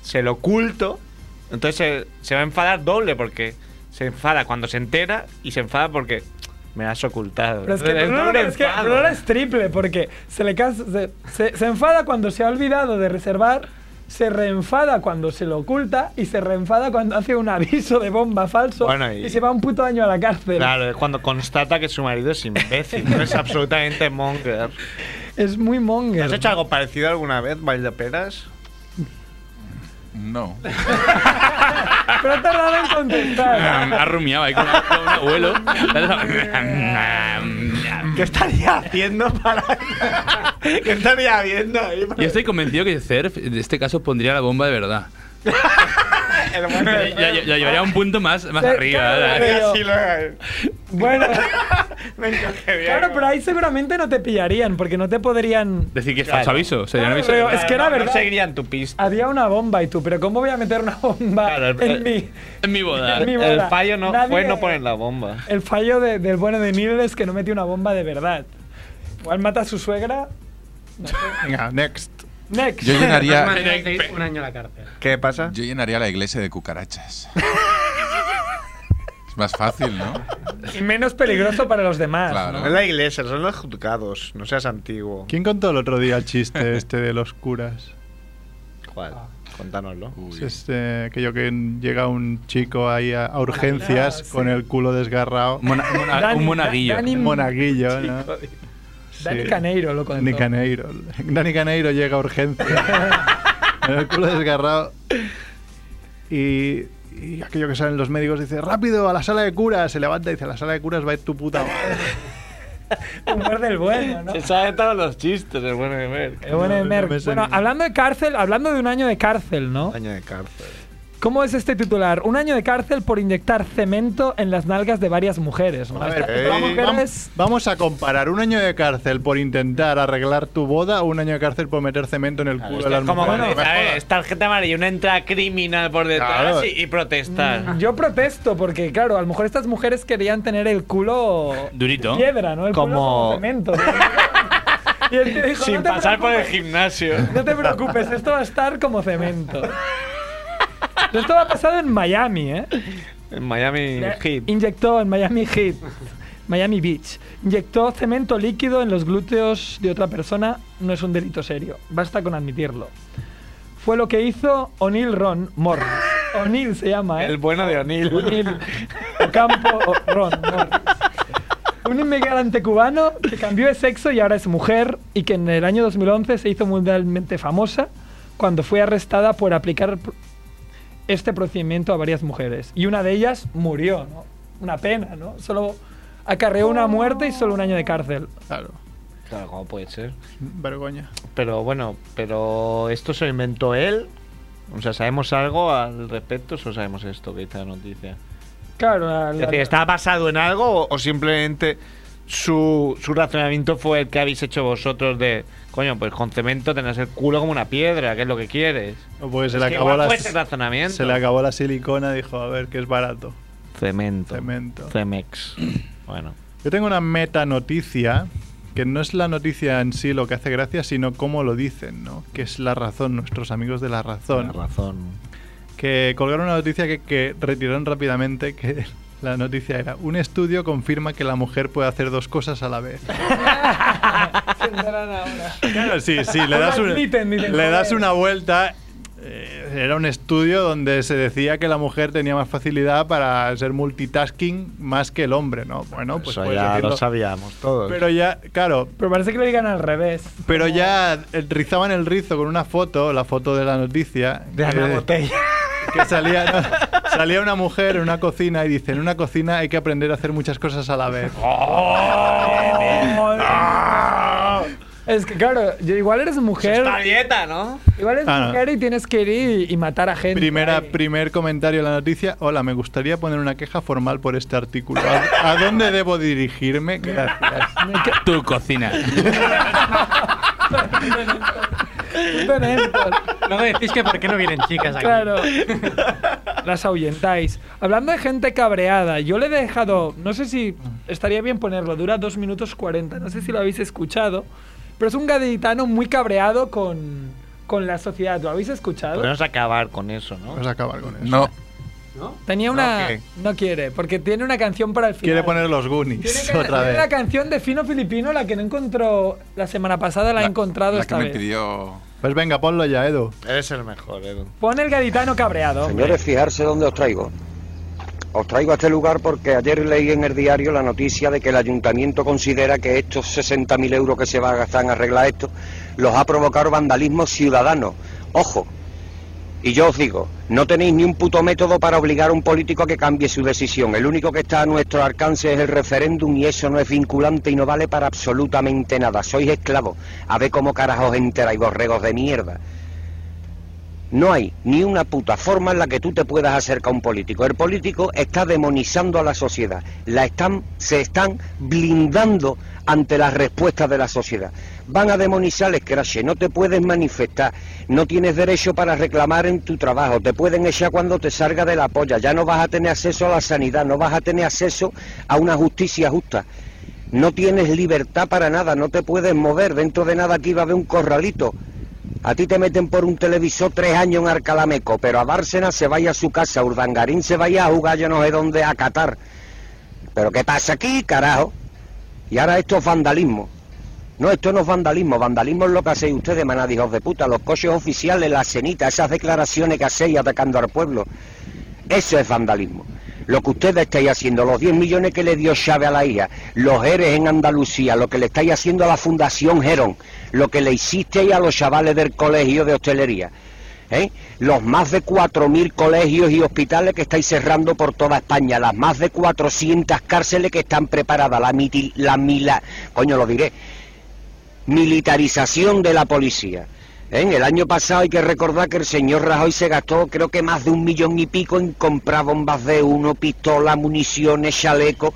S2: se lo oculto, entonces se, se va a enfadar doble porque se enfada cuando se entera y se enfada porque me la has ocultado.
S3: Pero es que,
S2: Entonces,
S3: no, no,
S2: doble
S3: pero es que
S2: enfado.
S3: Aurora es triple, porque se le casa- se, se- se enfada cuando se ha olvidado de reservar, se reenfada cuando se lo oculta y se reenfada cuando hace un aviso de bomba falso
S2: Bueno,
S3: y...
S2: y-
S3: se va un puto año a la cárcel.
S2: Claro, es cuando constata que su marido es imbécil, no es absolutamente monger.
S3: Es muy monger.
S2: ¿Has hecho algo parecido alguna vez, Valdeperas?
S6: No.
S3: Pero ha tardado en contestar.
S9: Ha rumiado ahí con con un abuelo.
S2: ¿Qué estaría haciendo para.? ¿Qué estaría viendo ahí?
S9: Yo estoy convencido que Cerf, en este caso, pondría la bomba de verdad. Ya, ya- ya llevaría un punto más, más
S3: Sí,
S9: arriba.
S3: claro,
S9: ¿verdad?
S3: pero-
S2: Sí, lo-
S3: Bueno,
S2: me encogería.
S3: claro, pero ahí seguramente no te pillarían, porque no te podrían.
S9: Decir que es falso aviso. Sería un
S3: Claro,
S9: aviso.
S3: pero es que era
S2: No
S3: verdad.
S2: seguirían tu pista.
S3: Había una bomba y tú, pero ¿cómo voy a meter una bomba
S2: Claro, el-
S3: en
S2: el-
S3: mi,
S9: En mi boda.
S3: en mi boda?
S2: El fallo no
S3: Nadie-
S2: fue no poner la bomba.
S3: El fallo de- del bueno de Neil es que no metió una bomba de verdad. Igual mata a su suegra.
S4: Venga, next.
S3: Next.
S6: Yo llenaría,
S7: Un año a la cárcel.
S2: ¿Qué pasa?
S6: yo llenaría la iglesia de cucarachas. Es más fácil, ¿no?
S3: Y menos peligroso para los demás.
S6: Claro.
S2: No es la iglesia, son los juzgados. No seas antiguo.
S4: ¿Quién contó el otro día el chiste este de los curas?
S2: ¿Cuál? Contánoslo.
S6: Uy.
S4: Es este, aquello que llega un chico ahí a, a urgencias
S3: Ah, sí.
S4: con el culo desgarrado.
S9: Mona- mona-
S3: Dani-
S9: un monaguillo.
S3: Dani-
S4: Un monaguillo, ¿no?
S3: Dani
S4: Sí.
S3: Caneiro lo contó.
S4: Dani Caneiro. Dani Caneiro llega a urgencia. con el culo desgarrado. Y, y aquello que salen los médicos dice, rápido, a la sala de curas. Se levanta y dice, a la sala de curas va a ir tu puta madre.
S3: Humor del bueno, ¿no?
S2: sabe todos los chistes, el bueno de Merck.
S3: El bueno de
S4: No, no
S3: Merck.
S4: me sé
S3: bueno,
S4: ningún.
S3: hablando de cárcel, hablando de un año de cárcel, ¿no?
S2: Año de cárcel.
S3: ¿Cómo es este titular? Un año de cárcel por inyectar cemento en las nalgas de varias mujeres, ¿no? Este
S4: A ver,
S3: Estas dos
S2: eh,
S3: mujeres-
S4: vam- vamos a comparar un año de cárcel por intentar arreglar tu boda o un año de cárcel por meter cemento en el culo de las
S2: como
S4: mujeres.
S2: cuando
S4: No me
S2: dice, a ver,
S4: jodas.
S2: esta tarjeta amarilla, una entrada criminal por detrás
S4: Claro.
S2: y, y protestar.
S3: Yo protesto porque, claro, a lo mejor estas mujeres querían tener el culo
S9: Durito.
S3: de piedra, ¿no? El culo
S2: Como-
S3: como cemento. y el tío dijo,
S2: Sin
S3: "No te
S2: pasar por el
S3: preocupes,
S2: gimnasio.
S3: No te preocupes, esto va a estar como cemento. Esto ha pasado en Miami, ¿eh?
S2: En Miami Heat.
S3: Inyectó en Miami Heat. Miami Beach. Inyectó cemento líquido en los glúteos de otra persona no es un delito serio, basta con admitirlo. Fue lo que hizo O'Neill Ron Morris. O'Neill se llama, ¿eh?
S2: El bueno de O'Neill.
S3: O'Neill Ocampo o- oh, Ron Morris. Un inmigrante cubano que cambió de sexo y ahora es mujer y que en el año 2011 se hizo mundialmente famosa cuando fue arrestada por aplicar pr- este procedimiento a varias mujeres. Y una de ellas murió, ¿no? Una pena, ¿no? Solo acarreó una muerte y solo un año de cárcel.
S4: Claro.
S2: Claro, ¿cómo puede ser?
S4: Vergoña.
S2: Pero bueno, pero esto se lo inventó él. O sea, ¿sabemos algo al respecto? Solo sabemos esto que esta noticia.
S3: Claro, la-
S2: Es
S3: la-
S2: decir, ¿está basado en algo o, o simplemente su, su razonamiento fue el que habéis hecho vosotros de, coño, pues con cemento tenés el culo como una piedra, que es lo que quieres?
S4: No, pues se
S2: Es
S4: le
S2: que
S4: acabó
S2: igual
S4: la
S2: fue ese razonamiento.
S4: Se le acabó la silicona, dijo, a ver, que es barato.
S2: Cemento.
S4: Cemento.
S2: Cemex. Bueno.
S4: Yo tengo una meta noticia que no es la noticia en sí lo que hace gracia, sino cómo lo dicen, ¿no? Que es la razón, nuestros amigos de la razón.
S2: La razón.
S4: Que colgaron una noticia que, que retiraron rápidamente, que la noticia era, un estudio confirma que la mujer puede hacer dos cosas a la vez. Claro, sí, sí, le das,
S3: Lo
S4: un-
S3: admiten, dicen,
S4: le das
S3: joder.
S4: una vuelta. eh, Era un estudio donde se decía que la mujer tenía más facilidad para ser multitasking más que el hombre, ¿no? Bueno, pues
S2: Eso
S4: puedes
S2: ya
S4: decirlo.
S2: lo sabíamos todos.
S4: Pero ya, claro,
S3: Pero parece que lo digan al revés.
S4: pero ya eh, rizaban el rizo con una foto, la foto de la noticia. eh,
S2: De Ana Botella.
S4: Que salía, no, salía una mujer en una cocina y dice, en una cocina hay que aprender a hacer muchas cosas a la vez.
S3: Oh. Ah. Es que claro, yo- igual eres mujer.
S12: Pues Está dieta, ¿no?
S3: Igual eres
S4: Ah, no.
S3: mujer y tienes que ir y, y matar a gente.
S4: Primera, primer comentario de la noticia. Hola, me gustaría poner una queja formal por este artículo. ¿A, a dónde debo dirigirme? Gracias.
S9: Tu cocina.
S7: No me decís que por qué no vienen chicas aquí.
S3: Claro. Las ahuyentáis. Hablando de gente cabreada, yo le he dejado. No sé si estaría bien ponerlo, dura 2 minutos 40. No sé si lo habéis escuchado, pero es un gaditano muy cabreado con, con la sociedad. ¿Lo habéis escuchado?
S2: Podemos acabar con eso, ¿no?
S4: Vamos a acabar con eso.
S13: No,
S3: Tenía una.
S2: ¿qué?
S3: No quiere, porque tiene una canción para el final.
S4: Quiere poner los
S3: Tiene
S4: Goonies
S3: que-
S4: otra
S3: tiene la
S4: vez.
S3: canción de Fino Filipino, la que no encontró la semana pasada, la, ha encontrado
S13: la que
S3: esta
S13: me
S3: vez.
S13: pidió.
S4: Pues venga, ponlo ya, Edu.
S2: Eres el mejor, Edu.
S3: Pon el gaditano cabreado. hombre.
S14: Señores, fijarse dónde os traigo. Os traigo a este lugar porque ayer leí en el diario la noticia de que el ayuntamiento considera que estos 60.000 euros que se va a gastar en arreglar esto los ha provocado vandalismo ciudadano. Ojo. Y yo os digo, no tenéis ni un puto método para obligar a un político a que cambie su decisión. El único que está a nuestro alcance es el referéndum y eso no es vinculante y no vale para absolutamente nada. Sois esclavos. A ver cómo carajos enteráis, borregos de mierda. No hay ni una puta forma en la que tú te puedas acercar a un político. El político está demonizando a la sociedad. La están, se están blindando ante las respuestas de la sociedad. Van a demonizar el crash. No te puedes manifestar. No tienes derecho para reclamar en tu trabajo. Te pueden echar cuando te salga de la polla. Ya no vas a tener acceso a la sanidad. No vas a tener acceso a una justicia justa. No tienes libertad para nada. No te puedes mover. Dentro de nada aquí va a haber un corralito. A ti te meten por un televisor tres años en Arcalameco, pero a Bárcena se vaya a su casa, a Urdangarín se vaya a jugar yo no sé dónde a Qatar. ¿Pero qué pasa aquí, carajo? Y ahora esto es vandalismo. No, esto no es vandalismo. Vandalismo es lo que hacéis ustedes, maná de hijos de puta. Los coches oficiales, la cenita, esas declaraciones que hacéis atacando al pueblo. Eso es vandalismo. Lo que ustedes estáis haciendo, los 10 millones que le dio Chávez a la hija, los eres en Andalucía, lo que le estáis haciendo a la Fundación Gerón, lo que le hicisteis a los chavales del colegio de hostelería, ¿eh? los más de 4.000 colegios y hospitales que estáis cerrando por toda España, las más de 400 cárceles que están preparadas, la, miti- la mila, coño lo diré, militarización de la policía. ¿eh? El año pasado hay que recordar que el señor Rajoy se gastó creo que más de un millón y pico en comprar bombas de uno, pistolas, municiones, chalecos.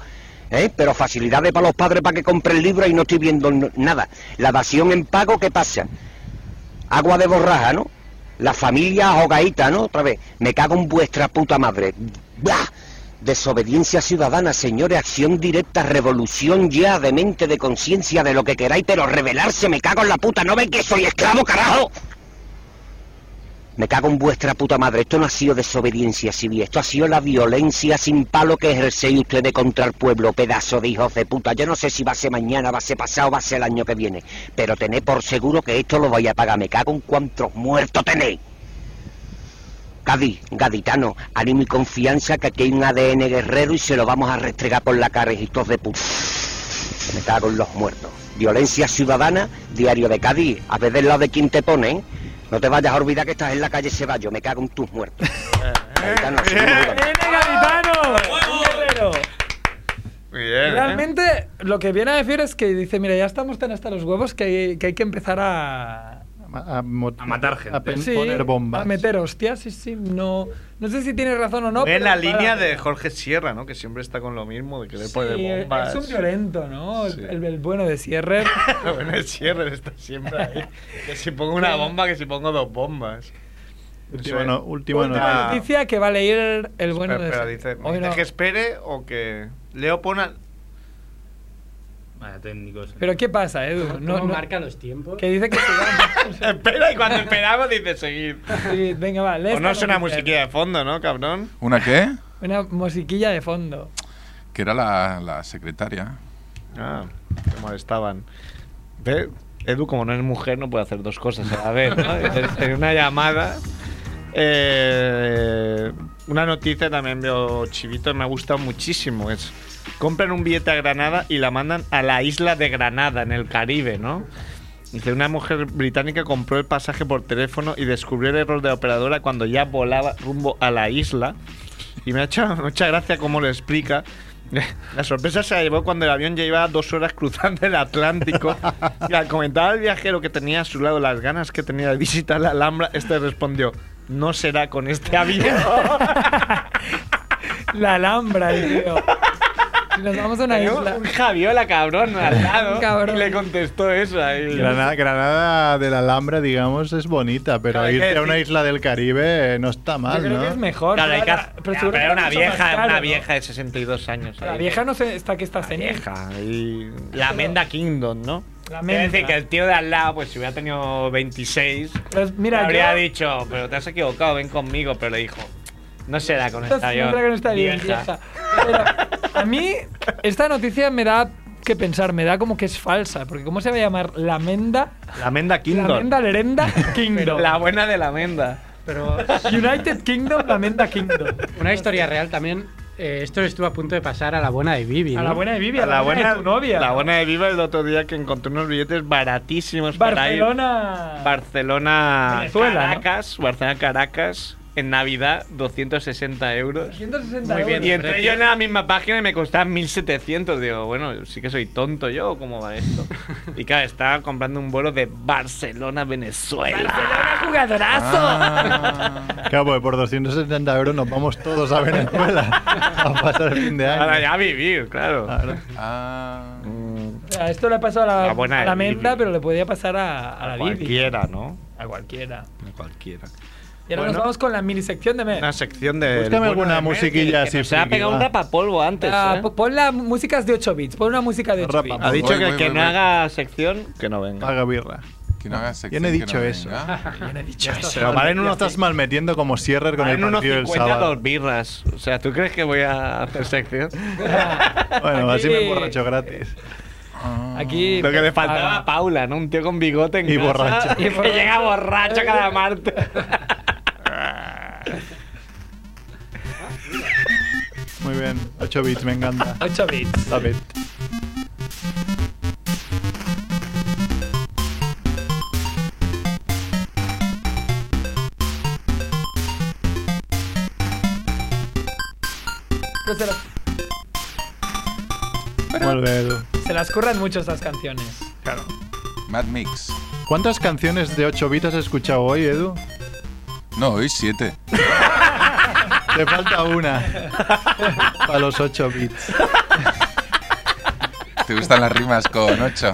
S14: ¿eh? Pero facilidades para los padres para que compren libros y no estoy viendo n- nada. La dación en pago, ¿qué pasa? Agua de borraja, ¿no? La familia jogaíta, ¿no? Otra vez, me cago en vuestra puta madre. ¡Bah! Desobediencia ciudadana, señores, acción directa, revolución ya de mente, de conciencia, de lo que queráis, pero rebelarse, me cago en la puta, ¿no ven que soy esclavo, carajo? Me cago en vuestra puta madre. Esto no ha sido desobediencia civil. Esto ha sido la violencia sin palo que ejercéis ustedes contra el pueblo, pedazo de hijos de puta. Yo no sé si va a ser mañana, va a ser pasado, va a ser el año que viene. Pero tened por seguro que esto lo vais a pagar. Me cago en cuantos muertos tenéis. Gadi, gaditano, animo y confianza que aquí hay un ADN guerrero y se lo vamos a restregar por la cara, hijitos de puta. Me cago en los muertos. Violencia ciudadana, diario de Cádiz. A ver del lado de quien te pone, ¿eh? No te vayas a olvidar que estás en la calle Ceballos. Me cago en tus muertos. Gaditano, sí,
S2: ¿eh?
S3: Realmente lo que viene a decir es que dice, mira, ya estamos tan hasta los huevos que hay que, hay que empezar a...
S4: A, matar gente. A pen-
S3: Sí,
S4: poner bombas.
S3: A meter hostias, sí, sí. No, no sé si tienes razón o no.
S2: Ve
S3: pero
S2: la
S3: para-
S2: línea de Jorge Sierra, ¿no? Que siempre está con lo mismo, de querer poner
S3: Sí,
S2: bombas.
S3: es un violento, ¿no? El- El, el bueno de cierre.
S2: Lo bueno es Sierra, está siempre ahí. Que si pongo una bomba, que si pongo dos bombas.
S4: Última,
S2: Eso es.
S4: no- última
S2: Ah,
S4: noticia.
S3: Noticia que va a leer el bueno
S2: espera, espera,
S3: de
S2: dice,
S3: cierre.
S2: ¿me
S3: Hoy
S2: dices
S3: no.
S2: que espere o que Leo pone
S9: Vaya técnicos.
S3: Pero ¿qué pasa, Edu?
S7: ¿Cómo marca los tiempos?
S3: Que dice que se va.
S2: Espera, y cuando esperamos dice seguir.
S3: Sí, venga, va, lee
S2: O no
S3: esta
S2: suena
S3: noticia.
S2: musiquilla de fondo, ¿no, cabrón?
S6: ¿Una qué?
S3: Una musiquilla de fondo.
S6: Que era la, la secretaria.
S2: Ah, te molestaban. Ve, Edu, como no es mujer, no puede hacer dos cosas a la vez, ¿no? Es- es una llamada. Eh, una noticia también veo chivito, me ha gustado muchísimo. Es compran un billete a Granada y la mandan a la isla de Granada, en el Caribe, ¿no? Dice, una mujer británica compró el pasaje por teléfono y descubrió el error de la operadora cuando ya volaba rumbo a la isla. Y me ha hecho mucha gracia cómo lo explica. La sorpresa se la llevó cuando el avión ya llevaba dos horas cruzando el Atlántico. Y al comentar al viajero que tenía a su lado las ganas que tenía de visitar la Alhambra, este respondió, no será con este avión.
S3: La Alhambra, el tío. Si nos vamos a una
S2: Tenemos
S3: isla.
S2: un Javiola, cabrón, al lado.
S3: Un cabrón.
S2: Y le contestó eso. ahí.
S4: Granada, Granada de la Alhambra, digamos, es bonita, pero
S2: Claro, hay que
S4: irte a una
S2: decir-
S4: isla del Caribe eh, no está mal,
S3: creo
S4: ¿no?
S3: que es mejor.
S2: Claro, hay que
S3: Ya,
S2: hacer-
S3: pero
S2: Ya,
S3: seguro
S2: pero
S3: que
S2: una
S3: es mucho más
S2: vieja,
S3: caro,
S2: una
S3: ¿no?
S2: vieja de 62 años.
S3: La
S2: ahí.
S3: vieja no se, está que está senil.
S2: vieja. ahí. La Menda Kingdom, ¿no?
S3: La
S2: Quiero
S3: menta.
S2: decir que el tío de al lado, pues si hubiera tenido 26,
S3: Pues mira,
S2: le habría
S3: yo-
S2: dicho, pero te has equivocado, ven conmigo, pero le dijo, no será con
S3: Entonces,
S2: esta avión.
S3: siempre que no está bien, vieja. Pero a mí esta noticia me da que pensar, me da como que es falsa, porque ¿cómo se va a llamar la menda?
S2: La Menda Kingdom.
S3: La menda lerenda Kingdom.
S2: La buena de la menda.
S7: Pero
S3: United Kingdom, la menda Kingdom.
S7: Una historia real también. eh, esto estuvo a punto de pasar a la buena de Vivi.
S3: A
S7: ¿no?
S3: la buena de Vivi, a
S2: A
S3: la, buena de tu novia.
S2: La buena de Viva el otro día que encontré unos billetes baratísimos para
S3: Barcelona.
S2: ir. Barcelona.
S3: Venezuela, ¿no?
S2: Caracas. Barcelona, Caracas. En Navidad, 260 euros.
S3: 160
S2: Muy bien.
S3: euros.
S2: Y entré yo en la misma página y me costaba 1700. Digo, bueno, sí que soy tonto yo, ¿o ¿cómo va esto? Y claro, estaba comprando un vuelo de Barcelona, Venezuela.
S3: jugadorazo.
S2: Ah.
S4: Claro, porque por 270 euros nos vamos todos a Venezuela a pasar el fin de año.
S2: Para ya vivir, claro.
S6: Ah.
S2: Mm,
S3: O sea, esto le ha pasado a
S2: La
S3: la,
S2: buena
S3: a la
S2: de Vivi.
S3: menda, pero le podía pasar a, a la Vivi.
S2: Cualquiera, ¿no?
S3: A cualquiera.
S2: Cualquiera.
S3: Y ahora nos
S2: Bueno.
S3: vamos con la minisección de Mer.
S2: Una sección de.
S4: Búscame alguna musiquilla así.
S2: Se ha
S4: friki,
S2: pegado un
S4: va.
S2: rapapolvo antes.
S3: Ah,
S2: ¿eh?
S3: po- Pon las músicas de 8 bits, pon una música de 8 bits.
S4: Rapapolvo.
S2: Ha dicho
S6: Voy,
S2: que el
S6: voy,
S2: que
S6: voy,
S2: no
S6: voy.
S2: haga sección, que no venga.
S4: Haga birra.
S6: Que no haga sección.
S4: Bien he
S6: que
S4: dicho
S6: no
S4: eso.
S6: venga.
S3: Yo no he dicho eso.
S2: Pero valen
S4: no
S2: unos,
S4: estás mal metiendo como Sierra con el
S2: valen unos
S4: partido del
S2: 50
S4: sábado.
S2: dos birras. O sea, ¿tú crees que voy a hacer sección?
S4: Bueno, así me
S3: Aquí-
S4: emborracho gratis.
S3: Aquí.
S2: Lo que le faltaba
S3: Ah,
S2: a Paula, ¿no? Un tío con bigote en
S4: Y
S2: casa
S4: borracho.
S2: Y que llega borracho cada martes.
S4: Muy bien. 8 bits, me encanta.
S3: 8 bits.
S4: Love it.
S3: Pues se, las,
S4: Muy bien, Edu.
S3: se las curran mucho estas canciones.
S6: Mad Mix.
S4: ¿Cuántas canciones de 8 bits has escuchado hoy, Edu?
S6: No, hoy siete.
S4: Te falta una. Para los 8 bits.
S6: ¿Te gustan las rimas con ocho?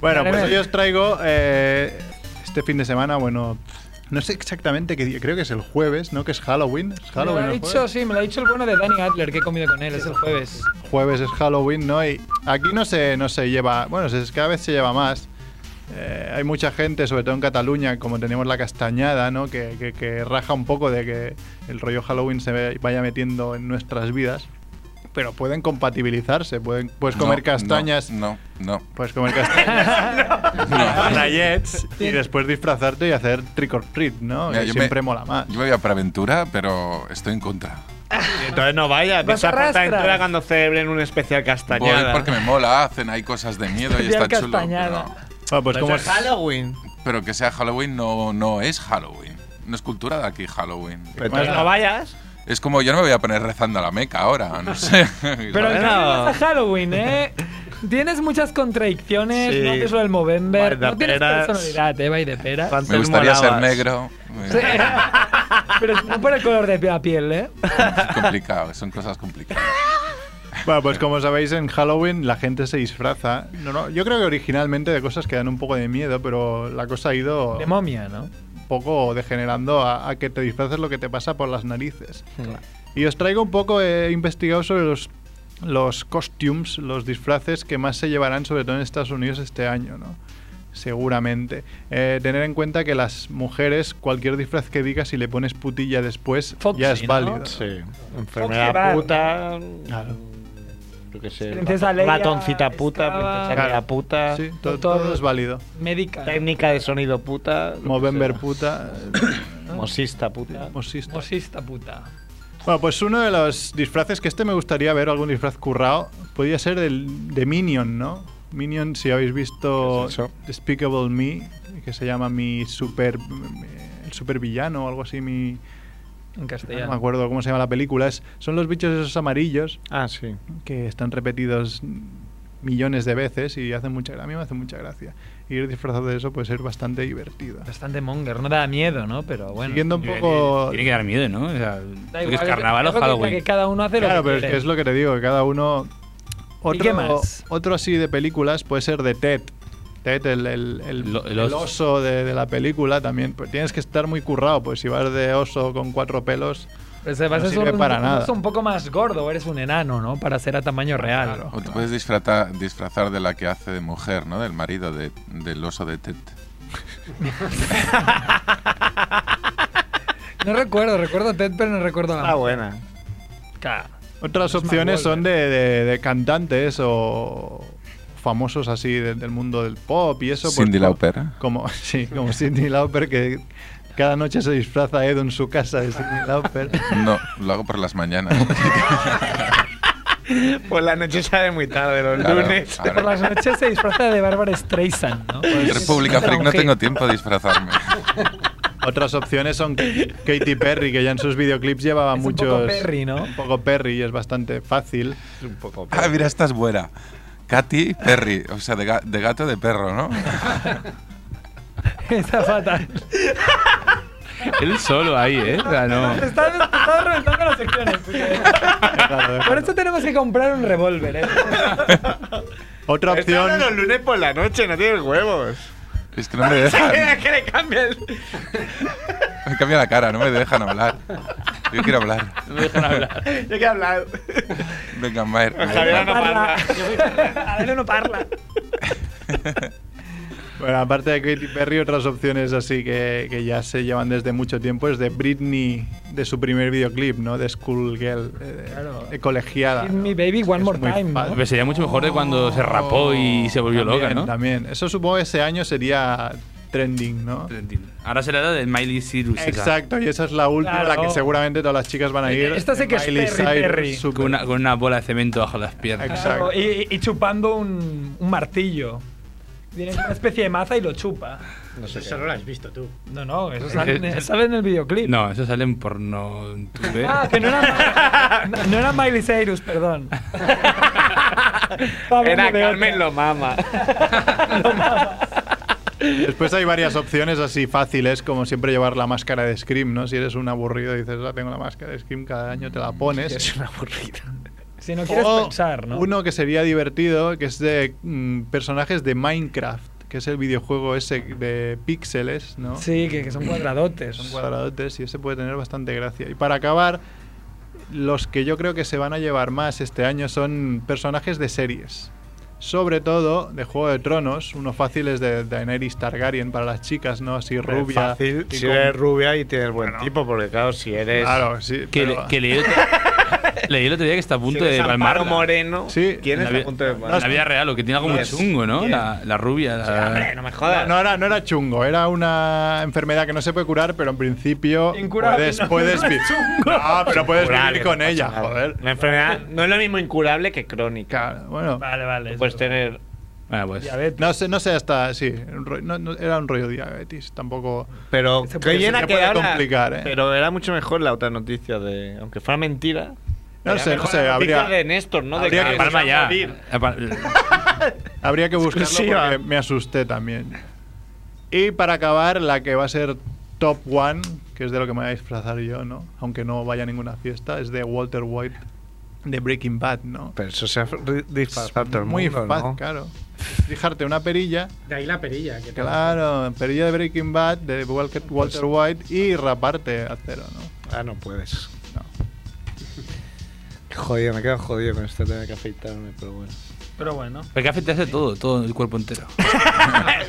S4: Bueno, pues
S3: Vale, vale.
S4: pues hoy os traigo eh, este fin de semana, bueno, No sé exactamente qué día, creo que es el jueves, ¿no? Que es Halloween. ¿Es
S3: Me lo
S4: Halloween
S3: ha
S4: el
S3: dicho, sí, me lo ha dicho el bueno de Dani Adler, que he comido con él, es el jueves.
S4: jueves es Halloween, ¿no? Y aquí no se, no se lleva, bueno, se- cada vez se lleva más. Eh, hay mucha gente, sobre todo en Cataluña, como tenemos la castañada, ¿no? Que, que- que raja un poco de que el rollo Halloween se ve- vaya metiendo en nuestras vidas. Pero pueden compatibilizarse, pueden,
S6: No,
S4: puedes Pues comer
S6: no,
S4: castañas.
S6: No, no.
S4: Puedes comer castañas. Nayets, y después disfrazarte y hacer trick or treat, ¿no?
S6: Mira,
S4: que
S6: yo me-
S4: siempre mola más.
S6: Yo me voy a Preventura, pero estoy en contra.
S2: Entonces no vaya,
S6: Vas
S2: vas a
S6: arrastras.
S2: entera cuando celebren un especial
S6: Voy
S2: castañada.
S6: porque me mola, hacen ahí cosas de miedo y está chulo. Pero,
S4: pues
S2: como es Halloween.
S6: pero que sea Halloween no, no es Halloween. No es cultura de aquí Halloween.
S2: Pues no vayas.
S6: Es como yo no me voy a poner rezando a la Meca ahora, no sé.
S15: Pero
S6: ¿Sabes?
S15: que no vas a Halloween, ¿eh? Tienes muchas contradicciones,
S6: Sí.
S15: no haces lo del Movember,
S6: Vaya
S15: no tienes
S6: peras.
S15: personalidad, ¿eh? Vai de peras.
S6: Me gustaría ser negro.
S15: Sí. Pero
S3: Ah,
S15: no por el color de la piel, ¿eh?
S6: Es complicado, son cosas complicadas.
S4: Bueno, pues como sabéis, en Halloween la gente se disfraza. No, no, yo creo que originalmente de cosas que dan un poco de miedo, pero la cosa ha ido
S15: De momia, ¿no?
S4: un poco degenerando a, a que te disfraces lo que te pasa por las narices. Y os traigo un poco, eh, he investigado sobre los, los costumes, los disfraces que más se llevarán, sobre todo en Estados Unidos este año, ¿no? Seguramente. Eh, tener en cuenta que las mujeres, cualquier disfraz que digas, si le pones putilla después, ya es
S2: ¿no?
S4: válido.
S2: Sí. Enfermedad
S4: Foxy,
S2: puta. Yo qué sé.
S11: Princesa
S2: rat-
S11: Leia,
S2: ratoncita puta, princesa
S11: Claro.
S2: Leia puta.
S4: Sí, to- todo, es válido.
S15: Médica.
S2: Técnica de sonido puta.
S4: Movember puta.
S2: Mosista puta.
S4: Mosista.
S3: Mosista puta.
S4: Bueno, pues uno de los disfraces que este me gustaría ver, algún disfraz currado, podría ser el de Minion, ¿no? Minion, si habéis visto Despicable Me, que se llama mi super. El supervillano o algo así, mi.
S3: En
S4: No
S3: castellano.
S4: me acuerdo cómo se llama la película. es- son los bichos esos amarillos.
S2: Ah, sí.
S4: Que están repetidos millones de veces y hacen mucha gracia. A mí me hace mucha gracia. Ir disfrazado de eso puede ser bastante divertido.
S3: Bastante monger, no da miedo, ¿no? Pero bueno.
S4: Siguiendo un poco.
S9: Tiene que dar miedo, ¿no? O sea,
S3: Da
S9: es
S3: igual,
S9: carnaval o
S3: yo creo que-
S9: Halloween.
S3: que cada uno hace lo
S4: Claro,
S3: que
S4: pero es
S3: quiere.
S4: que es lo que te digo, que cada uno. Otro,
S3: qué más?
S4: otro así de películas puede ser de Ted. Ted, el, el- el-
S9: Lo- el
S4: el
S9: oso.
S4: oso de, de la película también. Pues tienes que estar muy currado, pues si vas de oso con cuatro pelos,
S3: Pero Pues se vas
S4: no
S3: a
S4: sirve
S3: ser un-
S4: para
S3: un-
S4: nada.
S3: un poco más gordo, eres un enano, ¿no? Para ser a tamaño real.
S6: O te puedes disfrazar, disfrazar de la que hace de mujer, ¿no? Del marido, de- del oso de Ted.
S3: No recuerdo, recuerdo a Ted, pero no recuerdo la
S2: Está buena.
S3: Claro.
S4: Otras opciones son
S3: ¿eh?
S4: de, de- de cantantes o famosos así de- del mundo del pop y eso. pues,
S6: Cindy
S4: co-
S6: Lauper.
S4: Como, sí, como Cindy Lauper que cada noche se disfraza Edu en su casa de Cindy Lauper.
S6: No, lo hago por las mañanas.
S2: Pues la noche sale muy tarde, los
S6: Claro,
S2: lunes.
S6: claro.
S3: Por las noches se disfraza de Bárbara Streisand, ¿no? Pues,
S6: En República Freak no
S3: Mujer.
S6: tengo tiempo de disfrazarme.
S4: Otras opciones son Katy Perry, que ya en sus videoclips llevaba
S3: un
S4: muchos.
S3: poco Perry, ¿no?
S4: Un poco Perry y es bastante fácil.
S2: un poco
S6: Ah, mira, esta es buena. Katy Perry, o sea, de, ga- de gato de perro, ¿no?
S3: Está fatal.
S9: Él solo ahí, ¿eh? O sea, no.
S3: Te estás, te estás reventando las secciones. porque- Por eso tenemos que comprar un revólver, ¿eh?
S4: Otra
S2: opción. los lunes por la noche, no tienes huevos.
S6: Es que no me dejan.
S2: que le cambia el-
S6: Me cambia la cara, no me dejan hablar. Yo quiero hablar. No me dejan hablar.
S2: Yo que he hablado.
S6: Venga, Maer.
S2: Javier no parla.
S3: Adele no parla.
S4: Bueno, aparte de Katy Perry, otras opciones así que, que ya se llevan desde mucho tiempo es de Britney, de su primer videoclip, ¿no? De School Girl, eh, de, de colegiada.
S3: Hit me baby one more
S4: muy
S3: time. ¿no?
S9: Pero sería mucho mejor de cuando se rapó y se volvió
S4: También,
S9: loca, ¿no?
S4: También. Eso supongo que ese año sería trending, ¿no?
S9: Ahora será la del Miley Cyrus. esa.
S4: Exacto, y esa es la última,
S9: Claro.
S4: la que seguramente todas las chicas van a ir.
S3: Esta sí que es
S4: Miley
S3: Perry,
S4: Cyrus,
S3: Perry.
S4: super-
S9: Con una, con una bola de cemento bajo las piernas.
S3: Claro, y, y chupando un, un martillo. Tiene una especie de maza y lo chupa.
S2: No sé
S3: Eso no lo has visto tú. No, no, eso sale, en-
S9: Eh,
S3: sale en el videoclip.
S9: No, eso sale en porno. en tube.
S3: Ah, que no era, no, no era Miley Cyrus, perdón. Estaba hablando
S2: Era
S3: de otra.
S2: Carmen lo mama.
S4: Después hay varias opciones así fáciles, como siempre llevar la máscara de Scream, ¿no? Si eres un aburrido dices, ah, tengo la máscara de Scream, cada año te la pones.
S2: Es una aburrida.
S3: Si
S2: Oh,
S3: no quieres
S4: O
S3: pensar, ¿no?
S4: Uno que sería divertido, que es de mm, personajes de Minecraft, que es el videojuego ese de píxeles, ¿no?
S3: Sí, que, que son cuadradotes.
S4: Son cuadradotes y ese puede tener bastante gracia. Y para acabar, los que yo creo que se van a llevar más este año son personajes de series. Sobre todo de Juego de Tronos, uno fácil es de Daenerys Targaryen para las chicas, ¿no? Así
S2: Hombre,
S4: rubia.
S2: fácil
S4: y
S2: si
S4: con-
S2: eres rubia y tienes buen tipo, porque claro, si eres.
S4: Claro, sí,
S9: Que,
S2: pero-
S9: le- que leí, otro- leí el otro día que está a punto
S2: Si eres
S9: de
S2: Amparo
S9: palmar.
S2: Moreno,
S4: Sí.
S2: ¿quién
S9: la
S2: está
S9: vi-
S2: a punto de
S9: La vida real, lo que tiene algo muy
S4: Yes.
S9: chungo, ¿no?
S4: Yes.
S9: La, la rubia. la-
S4: No, no era, no era chungo, era una enfermedad que no se puede curar, pero en principio
S2: Incurable,
S4: puedes,
S2: no,
S4: puedes
S2: no
S4: vi-
S2: es chungo.
S4: No, pero puedes
S2: Incurable,
S4: vivir con
S2: no pasa
S4: ella,
S2: nada.
S4: joder.
S2: La enfermedad no es lo mismo incurable que crónica.
S4: bueno.
S2: Vale, vale. Puedes tener. pues.
S4: No sé, no sé hasta, sí, un rollo- no- no- era un rollo diabetes, tampoco...
S2: Pero
S4: Se
S2: qué
S4: puede-
S2: bien
S4: se
S2: ha
S4: puede
S2: quedado la-
S4: complicar, ¿eh?
S2: Pero era mucho mejor la otra noticia de. Aunque fuera mentira.
S4: No
S2: era
S4: sé, no
S2: mejor
S4: sé,
S2: la noticia
S4: habría-
S2: de Néstor, ¿no?
S4: habría
S2: de
S4: que-
S2: se
S4: Palma
S2: va a
S4: ya.
S2: morir. eh,
S4: Habría que buscarlo
S2: Exclusiva.
S4: porque me asusté también. Y para acabar, la que va a ser top one, que es de lo que me voy a disfrazar yo, ¿no? Aunque no vaya a ninguna fiesta, es de Walter White, de Breaking Bad, ¿no?
S2: Pero eso se ha re- disfrazado todo el
S4: Muy
S2: mundo,
S4: fácil,
S2: ¿no?
S4: claro. Fijarte una perilla
S7: De ahí la perilla. Que
S4: Claro, pero ya de Breaking Bad, de Walker- Walter White y raparte a cero, ¿no?
S2: Ah, no puedes. Jodido, me quedo jodido con esto de tener que afeitarme, pero bueno.
S15: Pero bueno.
S9: Pero que afectase todo, todo el cuerpo entero.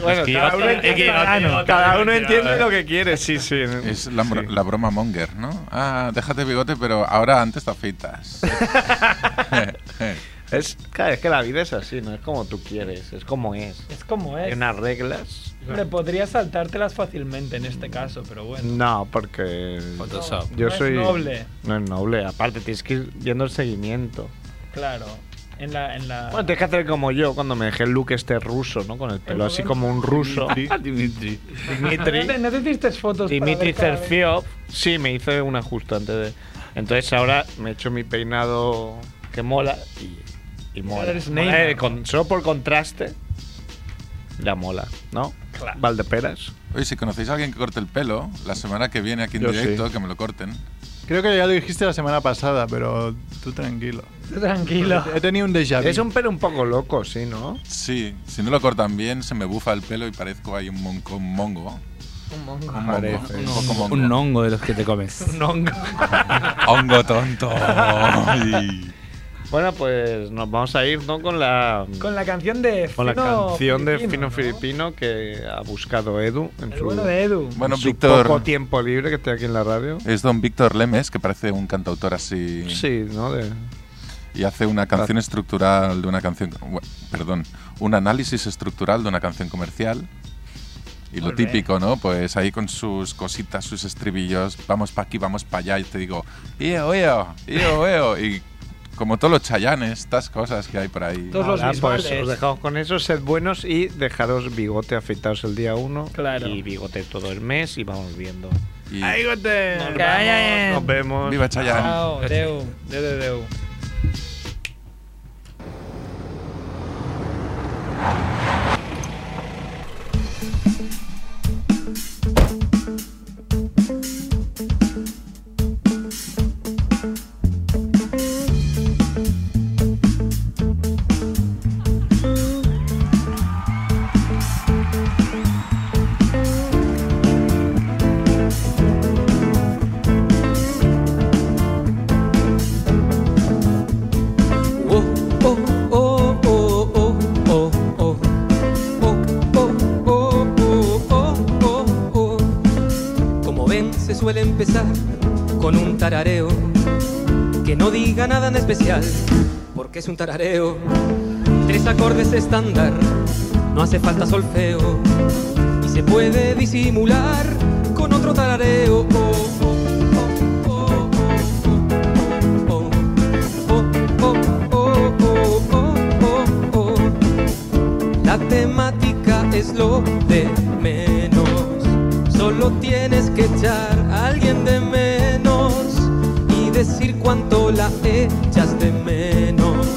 S2: Bueno,
S9: Es que
S2: cada
S9: yo-
S2: uno
S9: es que
S2: entiende,
S9: yo-
S2: Ah, cada uno,
S9: yo-
S2: entiende lo que quiere, sí, sí.
S6: Es la, bro- la broma monger, ¿no? Ah, déjate bigote, pero ahora antes te afeitas.
S2: Eh. Es, claro, es que la vida es así, no es como tú quieres, es como es.
S15: Es como
S2: Hay
S15: es.
S2: unas reglas.
S15: Hombre, podrías saltártelas fácilmente en este caso, pero bueno.
S2: No, porque.
S15: Photoshop.
S2: Yo
S15: No es
S2: soy.
S15: noble.
S2: No es noble, aparte tienes que ir viendo el seguimiento.
S15: Claro. En la. En la...
S2: Ah. Bueno, tienes que hacer como yo cuando me dejé el look este ruso, ¿no? Con el pelo así como un ruso.
S9: Dimitri.
S2: Dimitri.
S15: ¿No te, no te hiciste fotos para
S2: Dimitri
S15: ver cada vez?
S2: Cerfiop, sí, me hice una justo antes de. Entonces ahora me he hecho mi peinado que mola y, y mola.
S15: Ahora eres
S2: Mola,
S15: Neymar.
S2: eh, con- solo por contraste, ya mola, ¿no?
S15: Claro.
S2: Valdeperas.
S6: Oye, si conocéis a alguien que corte el pelo, la semana que viene aquí en
S4: Yo
S6: directo,
S4: sí.
S6: que me lo corten.
S4: Creo que ya lo dijiste la semana pasada, pero tú tranquilo.
S15: Tranquilo.
S4: He tenido un déjà vu.
S2: Es un pelo un poco loco, sí, ¿no?
S6: Sí, si no lo cortan bien, se me bufa el pelo y parezco ahí un, monco, un mongo.
S15: Un mongo.
S6: Un mongo.
S9: Parece.
S6: Un poco mongo.
S9: Un hongo de los que te comes.
S2: Un hongo.
S6: hongo tonto. Ay.
S2: Bueno, pues nos vamos a ir, ¿no? Con la.
S15: Con la canción de.
S2: con la
S15: Fino
S2: canción de
S15: Filipino,
S2: Fino
S15: ¿no?
S2: Filipino que ha buscado Edu en
S15: El
S2: su,
S15: bueno de Edu.
S6: Bueno,
S2: en su
S6: Víctor.
S2: poco tiempo libre que estoy aquí en la radio.
S6: Es don Víctor Lemes, que parece un cantautor así.
S2: Sí, ¿no? De,
S6: Y hace una canción estructural de una canción. bueno, Perdón, un análisis estructural de una canción comercial. Y lo
S15: Muy bien.
S6: típico, ¿no? Pues ahí con sus cositas, sus estribillos, vamos para aquí, vamos para allá, y te digo, ¡Eo, eo! ¡Eo, eo! Y como todos los chayanes, estas cosas que hay por ahí.
S15: Todos los
S2: Ahora, pues
S15: visuales.
S2: os dejamos con eso, sed buenos y dejaros bigote afeitados el día 1
S15: Claro.
S2: y bigote todo el mes y vamos viendo.
S6: Y
S4: ¡Ahí, gote!
S15: Que vaya bien.
S2: Nos vemos.
S6: ¡Viva Chayán!
S15: Chao, Deu. Deu, deu, deu.
S16: Como ven, se suele empezar con un tarareo que no diga nada en especial, porque es un tarareo. Tres acordes estándar, no hace falta solfeo y se puede disimular con otro tarareo. La temática es lo de menos. Solo tienes que echar a alguien de menos y decir cuánto la echas de menos.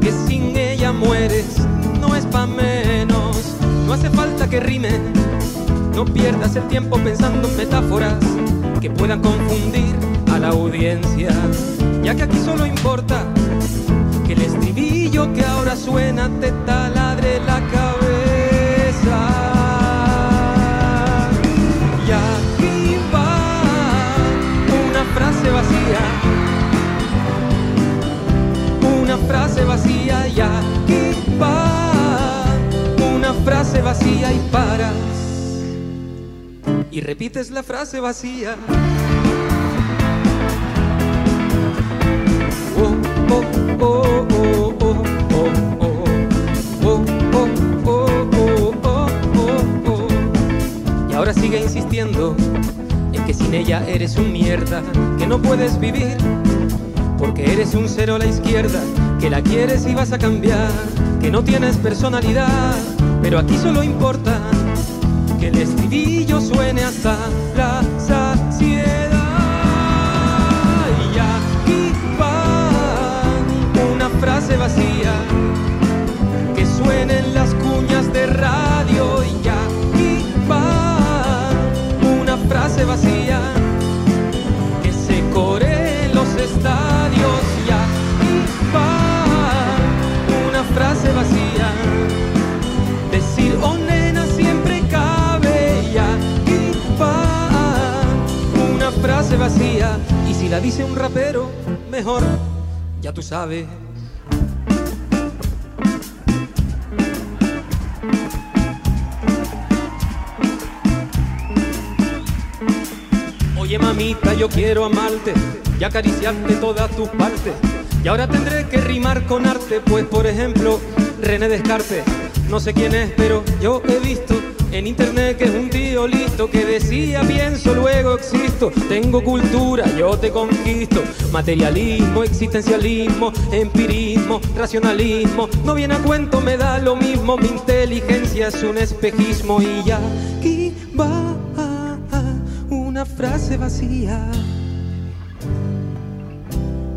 S16: Que sin ella mueres, no es pa' menos. No hace falta que rime, no pierdas el tiempo pensando en metáforas que puedan confundir a la audiencia. Ya que aquí solo importa que el estribillo que ahora suena te taladre la cabeza. frase vacía y aquí va una frase vacía y paras y repites la frase vacía. Oh, oh, oh, oh, oh, oh, oh, oh, oh, oh, oh, oh, oh. Y ahora sigue insistiendo en que sin ella eres un mierda, que no puedes vivir, porque eres un cero a la izquierda, que la quieres y vas a cambiar, que no tienes personalidad, pero aquí solo importa que el estribillo suene hasta la saciedad. Y aquí va una frase vacía que suenen las cuñas de radio. Y aquí va una frase vacía que se coree en los estadios. Y aquí va una frase vacía. Decir, oh nena, siempre cabe y aquí va una frase vacía. Y si la dice un rapero, mejor, ya tú sabes. Oye mamita, yo quiero amarte y acariciarte todas tus partes. Y ahora tendré que rimar con arte, pues por ejemplo, René Descartes. No sé quién es, pero yo he visto en internet que es un tío listo que decía pienso, luego existo. Tengo cultura, yo te conquisto. Materialismo, existencialismo, empirismo, racionalismo. No viene a cuento, me da lo mismo. Mi inteligencia es un espejismo y ya aquí va una frase vacía.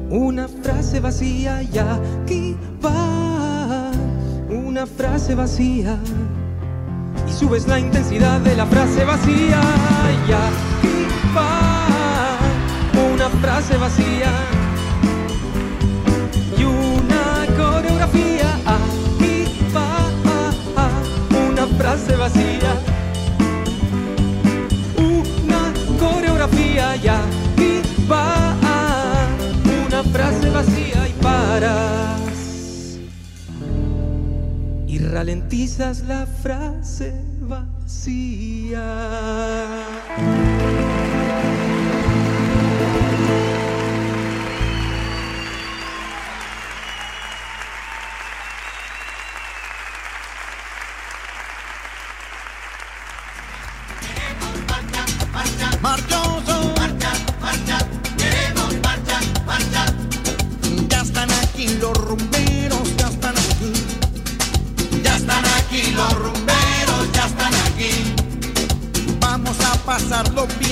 S16: Una frase vacía y aquí va una frase vacía. Y subes la intensidad de la frase vacía y aquí va una frase vacía. Y una coreografía aquí va una frase vacía. Una coreografía y aquí va una frase vacía y para y ralentizas la frase vacía.
S17: Marchoso. Marcha, marcha, queremos marcha, marcha. Ya están aquí los rumberos, ya están aquí. Ya están aquí los rumberos, ya están aquí. Vamos a pasarlo bien.